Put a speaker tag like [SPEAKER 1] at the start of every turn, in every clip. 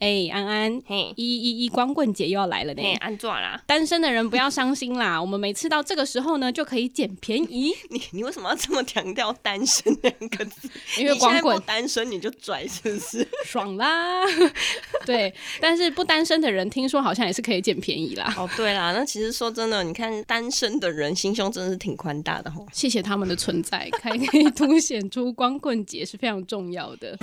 [SPEAKER 1] 哎、安安，
[SPEAKER 2] 嘿，
[SPEAKER 1] 一一一光棍节又要来了呢。
[SPEAKER 2] 嘿，安怎啦？
[SPEAKER 1] 单身的人不要伤心啦， 我们每次到这个时候呢，就可以捡便 宜，
[SPEAKER 2] 你你为什么要这么强调单身两个 字？
[SPEAKER 1] 因为
[SPEAKER 2] 你现
[SPEAKER 1] 光
[SPEAKER 2] 在
[SPEAKER 1] 棍
[SPEAKER 2] 不单身你就拽是不是？
[SPEAKER 1] 爽啦。对，但是不单身的人听说好像也是可以捡便宜啦。
[SPEAKER 2] 哦，对啦，那其实说真的，你看单身的人心胸真的是挺宽大的吼。
[SPEAKER 1] 谢谢他们的存在，还可以凸显出光棍节是非常重要的。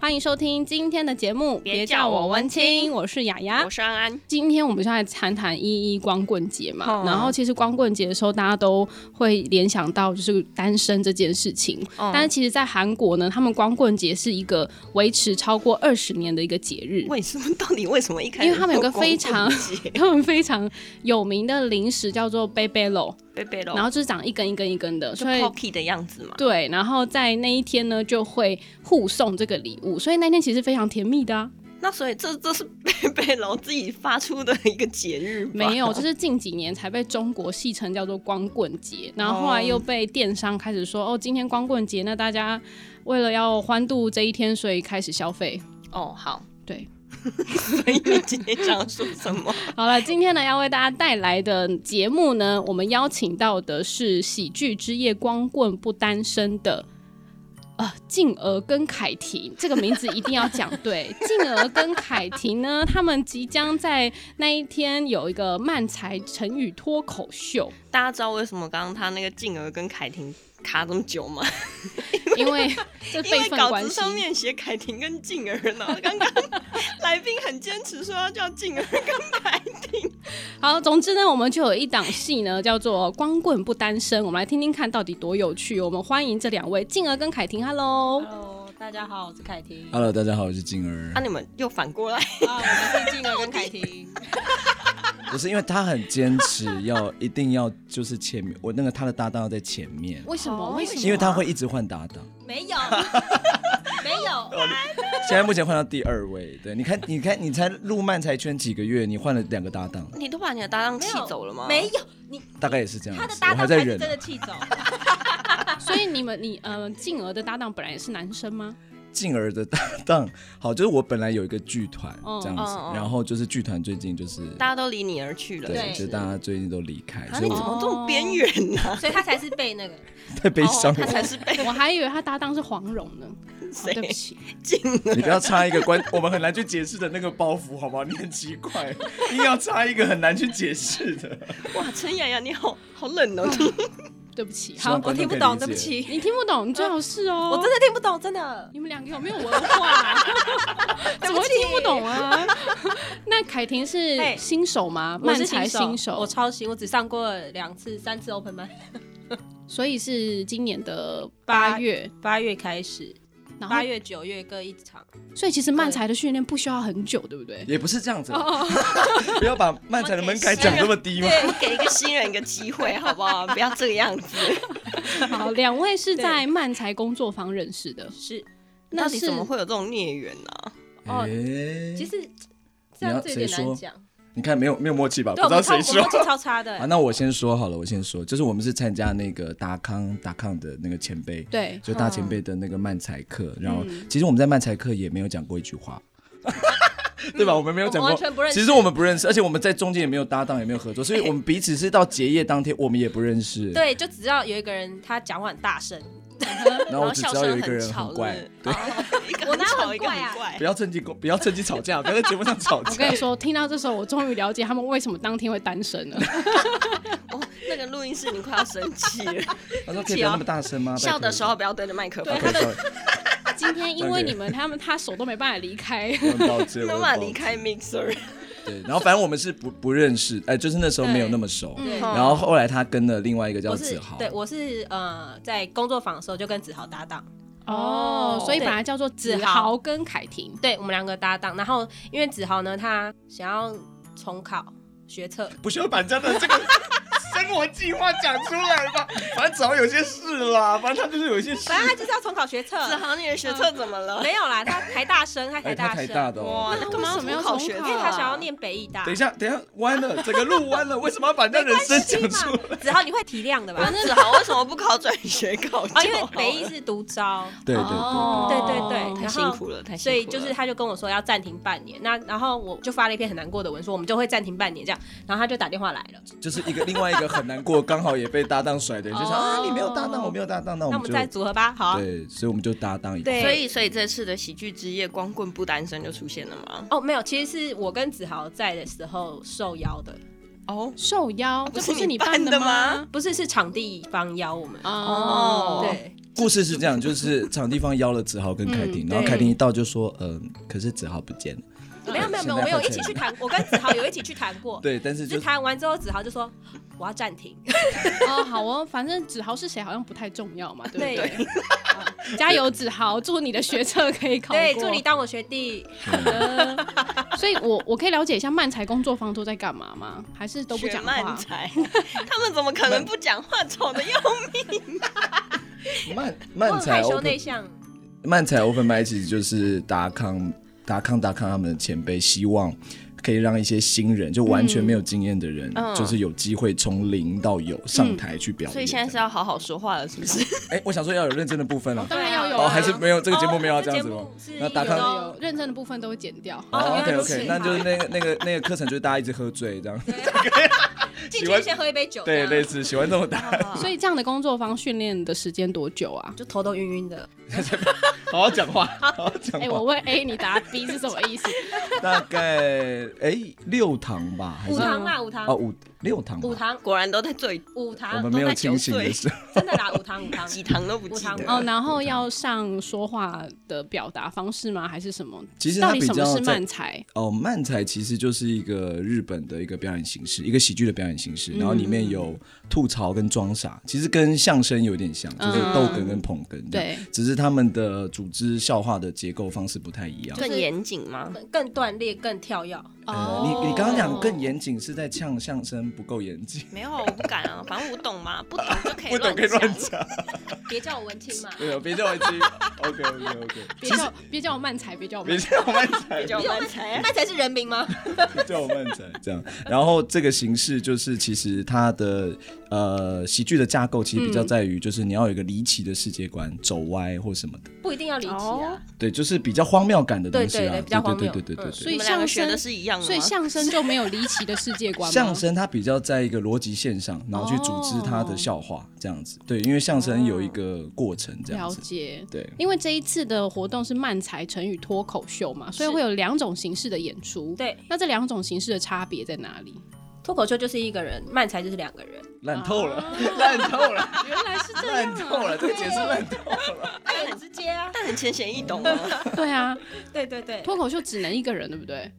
[SPEAKER 1] 欢迎收听今天的节目，
[SPEAKER 2] 别
[SPEAKER 1] 别
[SPEAKER 2] 叫
[SPEAKER 1] 叫
[SPEAKER 2] 我
[SPEAKER 1] 我文
[SPEAKER 2] 文青
[SPEAKER 1] 青，我是雅雅，
[SPEAKER 2] 啊我是安安，
[SPEAKER 1] 今天我们就来谈谈一一光棍节嘛，
[SPEAKER 2] 嗯
[SPEAKER 1] 然后其实光棍节的时候，大家都会联想到就是单身这件事情，
[SPEAKER 2] 嗯
[SPEAKER 1] 但是其实，在韩国呢，他们光棍节是一个维持超过二十年的一个节日。
[SPEAKER 2] 为什么？到 底为什么一开始
[SPEAKER 1] 因为他们有
[SPEAKER 2] 说
[SPEAKER 1] 个非
[SPEAKER 2] 光
[SPEAKER 1] 常
[SPEAKER 2] 棍节
[SPEAKER 1] 他们非常有名的零食叫做贝贝肉，
[SPEAKER 2] 贝贝
[SPEAKER 1] 然
[SPEAKER 2] 咯，
[SPEAKER 1] 后就是长一根一根一根的，
[SPEAKER 2] 就
[SPEAKER 1] 所以
[SPEAKER 2] Pocky 的样子嘛。
[SPEAKER 1] 对，然后在那一天呢就会互送这个礼物，所以那天其实非常甜蜜的、啊。
[SPEAKER 2] 那所以这这是贝贝咯自己发出的一个节日吧，
[SPEAKER 1] 没有，就是近几年才被中国戏称叫做光棍节，然后后来又被电商开始说，哦，今天光棍节，那大家为了要欢度这一天，所以开始消费。
[SPEAKER 2] 哦，好，
[SPEAKER 1] 对，
[SPEAKER 2] 所以你今天想说什么？
[SPEAKER 1] 好了，今天呢要为大家带来的节目呢，我们邀请到的是喜剧之夜光棍不单身的。呃，静儿跟凯婷这个名字一定要讲对。 静儿跟凯婷呢，他们即将在那一天有一个漫才成语脱口秀，
[SPEAKER 2] 大家知道为什么刚刚他那个静儿跟凯婷卡这么久吗？
[SPEAKER 1] 因为 这
[SPEAKER 2] 因
[SPEAKER 1] 辈
[SPEAKER 2] 为
[SPEAKER 1] 分
[SPEAKER 2] 稿
[SPEAKER 1] 关
[SPEAKER 2] 子
[SPEAKER 1] 系。
[SPEAKER 2] 上面写凯婷跟静儿，然后 刚刚来宾很坚持说要叫静儿跟凯婷。
[SPEAKER 1] 好，总之呢，我们就有一档戏呢，叫做《光棍不单身》，我们来听听看到底多有趣。我们欢迎这两位静儿跟凯婷，Hello。
[SPEAKER 3] Hello，大家好，我是凯婷。
[SPEAKER 4] Hello，大家好，我是静儿
[SPEAKER 2] 啊那、。你们又反过来，
[SPEAKER 3] 啊，我们是静儿跟凯 婷。
[SPEAKER 4] 不是因为他很坚持要一定要就是前面，我那个他的搭档要在前面，
[SPEAKER 1] 为什么？啊
[SPEAKER 3] 哦
[SPEAKER 1] 为什么？
[SPEAKER 4] 因为 他会一直换搭档。
[SPEAKER 3] 没 有，没有，
[SPEAKER 4] 哦现在目前换到第二位，对，你看，你看，你才入漫才圈几个月，你换了两个搭档，
[SPEAKER 2] 你都把你的搭档
[SPEAKER 3] 没
[SPEAKER 2] 气
[SPEAKER 3] 有
[SPEAKER 2] 走了吗？
[SPEAKER 3] 没有，你
[SPEAKER 4] 大概也是这样
[SPEAKER 3] 他的
[SPEAKER 4] 子，
[SPEAKER 3] 搭
[SPEAKER 4] 我还
[SPEAKER 3] 档
[SPEAKER 4] 在
[SPEAKER 3] 才
[SPEAKER 4] 忍
[SPEAKER 3] 是
[SPEAKER 4] 啊
[SPEAKER 3] 真的气走。
[SPEAKER 1] 所以你们你呃，静儿的搭档本来也是男生吗？
[SPEAKER 4] 静儿的搭档。好，就是我本来有一个剧团
[SPEAKER 1] 嗯
[SPEAKER 4] 这样子
[SPEAKER 2] 嗯嗯，
[SPEAKER 4] 然后就是剧团最近就是
[SPEAKER 2] 大家都离你而去了。
[SPEAKER 4] 对，
[SPEAKER 3] 对
[SPEAKER 4] 就是大家最近都离开，
[SPEAKER 2] 啊，
[SPEAKER 4] 所以
[SPEAKER 2] 你怎
[SPEAKER 4] 我
[SPEAKER 2] 么这么边缘啊呢？
[SPEAKER 3] 所以他才是被那 个
[SPEAKER 4] 太悲伤
[SPEAKER 2] 哦他才
[SPEAKER 4] 了。
[SPEAKER 2] 是被
[SPEAKER 1] 我还以为他搭档是黄蓉呢。哦、对不
[SPEAKER 2] 谁
[SPEAKER 1] 起，
[SPEAKER 2] 静
[SPEAKER 4] 你不要插一个关，我们很难去解释的那个包袱，好不好？你很奇怪， 硬要插一个很难去解释的。
[SPEAKER 2] 哇，陈雅雅你好好冷哦，
[SPEAKER 1] 对不起。
[SPEAKER 4] 希望
[SPEAKER 3] 哦
[SPEAKER 1] 好，
[SPEAKER 4] 观众可以理解。
[SPEAKER 3] 起，
[SPEAKER 1] 你听不懂，你最好是哦。
[SPEAKER 3] 我真的听不懂，真的。
[SPEAKER 1] 你们两个有没有文化、啊？怎么会听不懂啊？ 那凯婷是
[SPEAKER 3] 哎
[SPEAKER 1] 新手吗？
[SPEAKER 3] 我
[SPEAKER 1] 漫
[SPEAKER 3] 是
[SPEAKER 1] 才新
[SPEAKER 3] 手，我超新，我只上过两次、三次 open 麦。
[SPEAKER 1] 所以是今年的
[SPEAKER 3] 八
[SPEAKER 1] 八月，
[SPEAKER 3] 八月开始，
[SPEAKER 1] 然后
[SPEAKER 3] 八月、九月各一 场。
[SPEAKER 1] 所以其实漫才的训练不需要很久，对不对？
[SPEAKER 4] 也不是这样子， 不要把漫才的门槛讲这么低嘛。
[SPEAKER 2] 我们 给一个新人一个机 会好不好？不要这个样子。
[SPEAKER 1] 好，两位是在漫才工作坊认识的，
[SPEAKER 3] 是，
[SPEAKER 1] 那
[SPEAKER 2] 到底
[SPEAKER 1] 是
[SPEAKER 2] 怎么会有这种孽缘啊呢？
[SPEAKER 3] 哦
[SPEAKER 4] 哎
[SPEAKER 3] 其实这
[SPEAKER 4] 你要
[SPEAKER 3] 样子有点
[SPEAKER 4] 谁说
[SPEAKER 3] 难讲。
[SPEAKER 4] 你看没有没有默契吧？不
[SPEAKER 3] 对，我
[SPEAKER 4] 知道
[SPEAKER 3] 们超
[SPEAKER 4] 谁
[SPEAKER 3] 我们
[SPEAKER 4] 说
[SPEAKER 3] 默。契超差的
[SPEAKER 4] 啊，。那我先说好了，我先说，就是我们是参加那个达康达康的那个前辈，
[SPEAKER 1] 对，
[SPEAKER 4] 就大前辈的那个漫才课，然后其实我们在漫才课也没有讲过一句话。对吧？我们没有讲
[SPEAKER 3] 我
[SPEAKER 4] 过
[SPEAKER 3] 完全不认，识
[SPEAKER 4] 其实我们不认识，而且我们在中间也没有搭档，也没有合作，所以我们彼此是到结业当天，我们也不认识。，
[SPEAKER 3] 对，就只要有一个人他讲话很大声，
[SPEAKER 2] 嗯
[SPEAKER 4] 然后我只
[SPEAKER 2] 笑
[SPEAKER 4] 知道有
[SPEAKER 2] 声
[SPEAKER 4] 一个人
[SPEAKER 2] 吵
[SPEAKER 4] 很怪，
[SPEAKER 2] 对， 一个
[SPEAKER 3] 我哪有
[SPEAKER 2] 吵
[SPEAKER 3] 很
[SPEAKER 2] 一个
[SPEAKER 3] 怪啊
[SPEAKER 2] 很怪
[SPEAKER 4] 不。要趁机不要趁机吵架，不要在节目上吵
[SPEAKER 1] 我跟
[SPEAKER 4] 架
[SPEAKER 1] 你。说，听到这时候，我终于了解他们为什么当天会单身 了。
[SPEAKER 2] 哦，那个录音室你快要生气了，
[SPEAKER 4] 他说可以不要那么大声吗？
[SPEAKER 2] 笑的时候不要对着麦克风
[SPEAKER 4] 拜。托。对，啊
[SPEAKER 1] 今天因为你们，他们他手都没办法离开。
[SPEAKER 4] 我很抱歉，我
[SPEAKER 2] 能
[SPEAKER 4] 很
[SPEAKER 2] 把
[SPEAKER 4] 抱
[SPEAKER 2] 离
[SPEAKER 4] 歉。
[SPEAKER 2] 开 mixer，
[SPEAKER 4] 对，然后反正我们是不不认识，哎，就是那时候没有那么熟。
[SPEAKER 2] 嗯
[SPEAKER 3] 对
[SPEAKER 4] 然后后来他跟了另外一个叫
[SPEAKER 3] 我
[SPEAKER 4] 子
[SPEAKER 3] 是
[SPEAKER 4] 豪，
[SPEAKER 3] 对，我是呃在工作坊的时候就跟子豪搭档，
[SPEAKER 1] 哦，所以
[SPEAKER 3] 对
[SPEAKER 1] 把它叫做子
[SPEAKER 3] 子
[SPEAKER 1] 豪
[SPEAKER 3] 豪
[SPEAKER 1] 跟凯婷。
[SPEAKER 3] 对我们两个搭档。然后因为子豪呢，他想要重考学测，
[SPEAKER 4] 不需要把人家的这个 这生活计划讲出来吧，反正早有些事啦，反正他就是有一些事
[SPEAKER 3] 反。正他就是要重考学测，
[SPEAKER 2] 子豪，你的学测怎么了？
[SPEAKER 3] 没有啦，他台大生，他台大
[SPEAKER 4] 太
[SPEAKER 3] 生，
[SPEAKER 4] 哎大的哦。
[SPEAKER 2] 那干嘛
[SPEAKER 1] 为什么要
[SPEAKER 2] 重考啊
[SPEAKER 1] 重
[SPEAKER 2] 学
[SPEAKER 1] 考
[SPEAKER 3] 因为
[SPEAKER 2] 测？
[SPEAKER 3] 他想要念北艺大。
[SPEAKER 4] 等一下，等一下，弯了，整个路弯了，为什么要把人家人生讲出来？
[SPEAKER 3] 子豪，你会体谅的吧？
[SPEAKER 2] 子豪为什么不考转学考就好
[SPEAKER 3] 啊，
[SPEAKER 2] 了？
[SPEAKER 3] 因为北艺是独招，
[SPEAKER 4] 对
[SPEAKER 1] 哦
[SPEAKER 3] 对对对，
[SPEAKER 2] 太
[SPEAKER 3] 然
[SPEAKER 2] 辛
[SPEAKER 3] 后
[SPEAKER 2] 苦了，太辛
[SPEAKER 3] 所
[SPEAKER 2] 苦了。
[SPEAKER 3] 以就是他就跟我说要暂停半年，那然后我就发了一篇很难过的文说我们就会暂停半年这样，然后他就打电话来了，
[SPEAKER 4] 就是一个另外一个很难过，刚好也被搭档甩的人，就想啊，你没有搭档，我没有搭档，那我
[SPEAKER 3] 哦那
[SPEAKER 4] 们
[SPEAKER 3] 我们
[SPEAKER 4] 就
[SPEAKER 3] 再组合吧，好啊、
[SPEAKER 4] 对，所以我们就搭档一
[SPEAKER 3] 对
[SPEAKER 4] 块。
[SPEAKER 2] 所以所以这次的喜剧之夜，光棍不单身就出现了吗？
[SPEAKER 3] 哦，没有，其实是我跟子豪在的时候受邀的，
[SPEAKER 2] 哦
[SPEAKER 1] 受邀，这
[SPEAKER 2] 不是
[SPEAKER 1] 啊不是
[SPEAKER 2] 你
[SPEAKER 1] 你办
[SPEAKER 2] 办的
[SPEAKER 1] 吗？
[SPEAKER 3] 不是是场地方邀我们。
[SPEAKER 1] 哦，
[SPEAKER 3] 对，
[SPEAKER 4] 故事是这样，就是场地方邀了子豪跟凯
[SPEAKER 1] 嗯
[SPEAKER 4] 婷，然后
[SPEAKER 3] 对
[SPEAKER 4] 凯婷一到就说，嗯，可是子豪不见了。
[SPEAKER 3] 没
[SPEAKER 4] 啊
[SPEAKER 3] 有没有没有，我们有一起去谈，我跟子豪有一起去谈过，
[SPEAKER 4] 对，但是
[SPEAKER 3] 就
[SPEAKER 4] 就
[SPEAKER 3] 谈完之后，子豪就说我要暂 停，
[SPEAKER 1] 哦，好哦，反正子豪是谁好像不太重要嘛，对不对？
[SPEAKER 3] 对
[SPEAKER 1] 加油，子豪，祝你的学测可以考过。
[SPEAKER 3] 对，祝你当我学 弟，
[SPEAKER 1] 所以我我可以了解一下漫才工作坊都在干嘛吗？还是都不
[SPEAKER 2] 学
[SPEAKER 1] 讲
[SPEAKER 2] 漫
[SPEAKER 1] 话？
[SPEAKER 2] 才， 他们怎么可能不讲话？丑的要命！
[SPEAKER 4] 慢
[SPEAKER 3] 我
[SPEAKER 4] 慢
[SPEAKER 3] 很
[SPEAKER 4] 才
[SPEAKER 3] 害羞
[SPEAKER 4] open
[SPEAKER 3] 内向，
[SPEAKER 4] 漫才 Open m i 其实就是达康、达康、达康他们的前辈，希望可以让一些新人，就完全没有经验的人，
[SPEAKER 2] 嗯
[SPEAKER 4] 就是有机会从零到有上台去表演。
[SPEAKER 2] 所以现在是要好好说话了，是不是？
[SPEAKER 4] 哎、我想说要有认真的部分了。
[SPEAKER 1] 当然要有
[SPEAKER 4] 哦，
[SPEAKER 1] 啊，
[SPEAKER 4] 还是没有这个节目没有要这样子吗
[SPEAKER 3] 哦？这节目是
[SPEAKER 4] 那达
[SPEAKER 1] 有
[SPEAKER 4] 康
[SPEAKER 1] 有有认真的部分都会剪掉。
[SPEAKER 4] 哦
[SPEAKER 3] 哦
[SPEAKER 4] ，OK
[SPEAKER 3] 原来如此
[SPEAKER 4] OK，那就是那个那个那个课程就是大家一直喝醉这样，
[SPEAKER 3] 进
[SPEAKER 4] 喜欢
[SPEAKER 3] 去先喝一杯酒，
[SPEAKER 4] 对，
[SPEAKER 3] 这
[SPEAKER 4] 类
[SPEAKER 3] 样
[SPEAKER 4] 似喜欢这种答案，
[SPEAKER 1] 所以这样的工作坊训练的时间多久啊？
[SPEAKER 3] 就头都晕晕的。
[SPEAKER 4] 好好讲话，好好讲
[SPEAKER 1] 哎、
[SPEAKER 4] 话。
[SPEAKER 1] 我问 A，你答 B 是什么 意思？
[SPEAKER 4] 大概哎六堂吧，还
[SPEAKER 3] 五
[SPEAKER 4] 是
[SPEAKER 3] 堂啦，五堂
[SPEAKER 4] 哦，五六堂吧，
[SPEAKER 3] 五堂，
[SPEAKER 2] 果然都在醉，
[SPEAKER 3] 五
[SPEAKER 4] 我
[SPEAKER 3] 堂
[SPEAKER 4] 们没有
[SPEAKER 2] 都在酒
[SPEAKER 4] 清醒的
[SPEAKER 2] 醉
[SPEAKER 4] 时候。
[SPEAKER 3] 真的啦， 五堂五堂。
[SPEAKER 2] 几堂都不记
[SPEAKER 3] 五
[SPEAKER 2] 得。
[SPEAKER 3] 堂
[SPEAKER 1] 哦，然后要上说话的表达方式吗？还是什么？
[SPEAKER 4] 其实它
[SPEAKER 1] 到底什
[SPEAKER 4] 比
[SPEAKER 1] 么
[SPEAKER 4] 较
[SPEAKER 1] 是
[SPEAKER 4] 在
[SPEAKER 1] 漫才？
[SPEAKER 4] 哦，漫才其实就是一个日本的一个表演形式，一个喜剧的表演形式，然后里面有吐槽跟装傻，其实跟相声有点像，就是逗哏跟捧哏、这样，
[SPEAKER 1] 对，
[SPEAKER 4] 只是他们的组织笑话的结构方式不太一样。
[SPEAKER 2] 更严谨吗？
[SPEAKER 3] 更断裂、更跳跃，
[SPEAKER 4] 呃，
[SPEAKER 1] 哦
[SPEAKER 4] 你你刚刚讲更严谨是在呛相声不够严谨，
[SPEAKER 2] 没有，我不敢啊，反正我懂嘛，不懂就可以
[SPEAKER 4] 不懂可以乱
[SPEAKER 2] 乱。
[SPEAKER 4] 讲，
[SPEAKER 3] 别叫我文青 嘛，
[SPEAKER 4] 没有别叫我鸡，OK OK OK，
[SPEAKER 1] 别叫别叫我漫才，别叫我
[SPEAKER 4] 别
[SPEAKER 1] 漫
[SPEAKER 4] 叫我漫才
[SPEAKER 2] 比，较慢才，
[SPEAKER 3] 那才是人名吗？
[SPEAKER 4] 叫我漫才这样。然后这个形式就是，其实它的呃喜剧的架构其实比较在于，就是你要有一个离奇的世界观，走歪或什么的。
[SPEAKER 3] 不一定要离奇
[SPEAKER 2] 哦
[SPEAKER 3] 啊，
[SPEAKER 4] 对，就是比较荒谬感的东西啦，
[SPEAKER 3] 对对对比较荒
[SPEAKER 4] 对
[SPEAKER 3] 谬
[SPEAKER 4] 对对对对
[SPEAKER 3] 嗯
[SPEAKER 1] 所以
[SPEAKER 2] 你们两个
[SPEAKER 1] 相
[SPEAKER 2] 学的
[SPEAKER 1] 声
[SPEAKER 2] 是一样吗？
[SPEAKER 1] 所以相声就没有离奇的世界观吗？
[SPEAKER 4] 相声它比较在一个逻辑线上，然后去组织它的笑话这样子。对，因为相声有一个过程这样
[SPEAKER 1] 了
[SPEAKER 4] 子。
[SPEAKER 1] 解。
[SPEAKER 4] 对，
[SPEAKER 1] 因为这一次的活动是漫才成语脱口秀嘛，所以
[SPEAKER 3] 是
[SPEAKER 1] 会有两种形式的演出。
[SPEAKER 3] 对，
[SPEAKER 1] 那这两种形式的差别在哪 里？
[SPEAKER 3] 脱口秀就是一个人，漫才就是两个人。
[SPEAKER 4] 烂透了， 烂透了，
[SPEAKER 1] 原来是这
[SPEAKER 4] 烂透了，这个解释烂透了。
[SPEAKER 3] 哎，很直接啊！
[SPEAKER 2] 但很浅显易懂 啊。
[SPEAKER 1] 对啊，
[SPEAKER 3] 对对对，
[SPEAKER 1] 脱口秀只能一个人，对不对？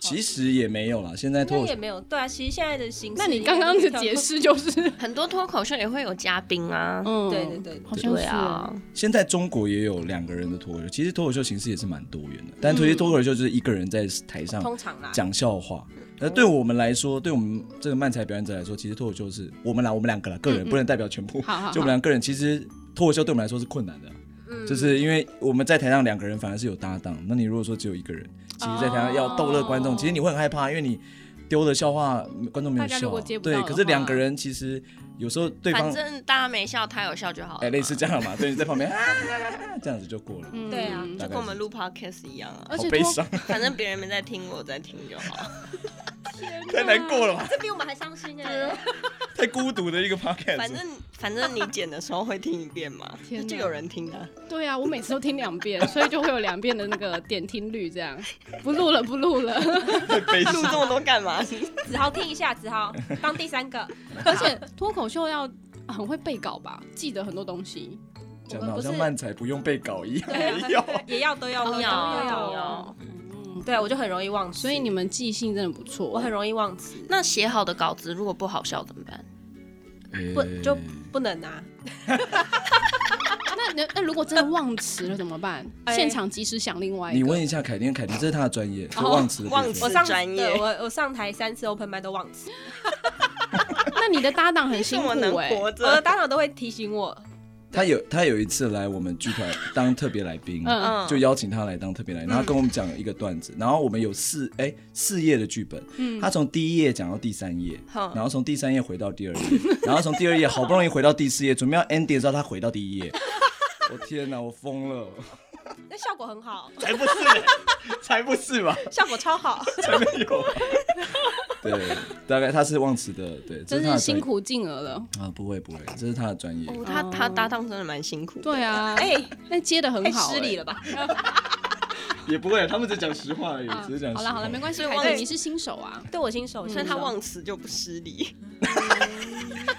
[SPEAKER 4] 其实也没有啦，现在脱
[SPEAKER 3] 那
[SPEAKER 4] 口
[SPEAKER 3] 也没有对啊。其实现在的形式，
[SPEAKER 1] 那你刚刚的解，释就是，
[SPEAKER 2] 很多脱口秀也会有嘉宾啊。
[SPEAKER 1] 嗯，
[SPEAKER 3] 对对，对，
[SPEAKER 1] 好像
[SPEAKER 2] 对
[SPEAKER 1] 是
[SPEAKER 2] 啊，
[SPEAKER 4] 现在中国也有两个人的脱口秀，其实脱口秀形式也是蛮多元的，但其实脱口秀就是一个人在台上
[SPEAKER 1] 嗯
[SPEAKER 3] 通常啦，
[SPEAKER 4] 讲笑话。那对我们来说，对我们这个漫才表演者来说，其实脱口秀是我们啦，我们两个啦，个人不能代表全部，
[SPEAKER 1] 嗯好好好嗯
[SPEAKER 4] 就我们两个人，其实脱口秀对我们来说是困难的。
[SPEAKER 3] 嗯
[SPEAKER 4] 就是因为我们在台上两个人反而是有搭档，那你如果说只有一个人，其实，在台上要逗乐观众，
[SPEAKER 1] 哦
[SPEAKER 4] 其实你会很害怕，因为你丢的笑话观众没有
[SPEAKER 1] 大家
[SPEAKER 4] 笑
[SPEAKER 1] 如
[SPEAKER 4] 啊
[SPEAKER 1] 果接，不到
[SPEAKER 4] 对。
[SPEAKER 1] 的
[SPEAKER 4] 可是两个
[SPEAKER 1] 话
[SPEAKER 4] 人其实有时候对方
[SPEAKER 2] 反正大家没笑，他有笑就好了嘛。
[SPEAKER 4] 哎、类似这样嘛， 对，你在旁边啊，这样子就过了。
[SPEAKER 1] 嗯
[SPEAKER 3] 对啊
[SPEAKER 2] 就跟我们录 podcast 一样啊，
[SPEAKER 1] 而且
[SPEAKER 4] 好悲
[SPEAKER 1] 脱
[SPEAKER 4] 伤，
[SPEAKER 2] 反正别人没在听，我在听就好。
[SPEAKER 4] 太难过了吧，
[SPEAKER 3] 这比我们还伤心哎。
[SPEAKER 4] 太孤独的一个 podcast。
[SPEAKER 2] 反正反正你剪的时候会听一遍嘛，
[SPEAKER 1] 天哪
[SPEAKER 2] 就有人听的。
[SPEAKER 1] 对啊，我每次都听两遍， 所以就会有两遍的那个点听率，这样不录了，不录了。
[SPEAKER 4] 太悲
[SPEAKER 2] 录这
[SPEAKER 4] 伤。
[SPEAKER 2] 么多干嘛？
[SPEAKER 3] 子豪听一下，子豪当第三个，
[SPEAKER 1] 而且脱口秀要很会背稿吧，记得很多东西。
[SPEAKER 4] 讲的好
[SPEAKER 3] 我
[SPEAKER 4] 像
[SPEAKER 3] 们不是
[SPEAKER 4] 漫才不用被搞一样，没有。
[SPEAKER 3] 也要都要
[SPEAKER 2] 都
[SPEAKER 3] 哦都
[SPEAKER 2] 要
[SPEAKER 3] 要
[SPEAKER 2] 都要。
[SPEAKER 1] 嗯，
[SPEAKER 3] 对，我就很容易忘词，
[SPEAKER 1] 所以你们记性真的不错。
[SPEAKER 3] 我很容易忘词，
[SPEAKER 2] 那写好的稿子如果不好笑怎么办？
[SPEAKER 3] 不就不能啊拿。
[SPEAKER 1] 啊那那那如果真的忘词了怎么办？
[SPEAKER 3] 哎
[SPEAKER 1] 现场及时想另外一
[SPEAKER 4] 你
[SPEAKER 1] 个。
[SPEAKER 4] 问一下凯婷，凯婷这是他的专业，哦是忘词的部分。
[SPEAKER 2] 忘词
[SPEAKER 3] 我上
[SPEAKER 2] 专业
[SPEAKER 3] 对我我上台三次 open m i 都忘词，
[SPEAKER 1] 那那你的搭档很辛
[SPEAKER 2] 这
[SPEAKER 1] 苦
[SPEAKER 2] 么能
[SPEAKER 1] 哎、
[SPEAKER 2] 活
[SPEAKER 3] 我的
[SPEAKER 2] 着？
[SPEAKER 3] 搭档都会提醒我，
[SPEAKER 4] 他有他有一次来我们剧 团当特别来宾，
[SPEAKER 1] 嗯
[SPEAKER 2] 嗯，
[SPEAKER 4] 就邀请他来当特别来宾，然后他跟我们讲一个段子，然后我们有四哎四页的剧本，
[SPEAKER 1] 嗯
[SPEAKER 4] 他从第一页讲到第三页，
[SPEAKER 2] 好
[SPEAKER 4] 然后从第三页回到第二页， 然后从第二页好不容易回到第四页，准备要 ending 的时候，他回到 第一页，我天哪，我疯了，
[SPEAKER 3] 那效果很好，
[SPEAKER 4] 才不是，才不是吧，
[SPEAKER 3] 效果超好。
[SPEAKER 4] 才没有。 对，大概他是忘词的，对，这
[SPEAKER 1] 真
[SPEAKER 4] 是他
[SPEAKER 1] 是
[SPEAKER 4] 的
[SPEAKER 1] 辛苦静儿了。
[SPEAKER 4] 专啊，不会不会，这是他的专业。
[SPEAKER 2] 哦他他搭档真的蛮辛苦的。
[SPEAKER 1] 对啊，哎、
[SPEAKER 3] 哎、
[SPEAKER 1] 那接的很
[SPEAKER 3] 太
[SPEAKER 1] 好、欸
[SPEAKER 3] 失礼
[SPEAKER 1] 了。
[SPEAKER 3] 了吧？
[SPEAKER 4] 也不会，他们只讲实话而已
[SPEAKER 1] 啊，
[SPEAKER 4] 只是讲实话。
[SPEAKER 1] 好了好了，没关系，
[SPEAKER 2] 所以
[SPEAKER 1] 凯
[SPEAKER 2] 忘
[SPEAKER 1] 特，
[SPEAKER 2] 记
[SPEAKER 1] 你是新手啊。
[SPEAKER 3] 对我新手，
[SPEAKER 2] 所以他
[SPEAKER 3] 新手
[SPEAKER 2] 忘词就不失礼。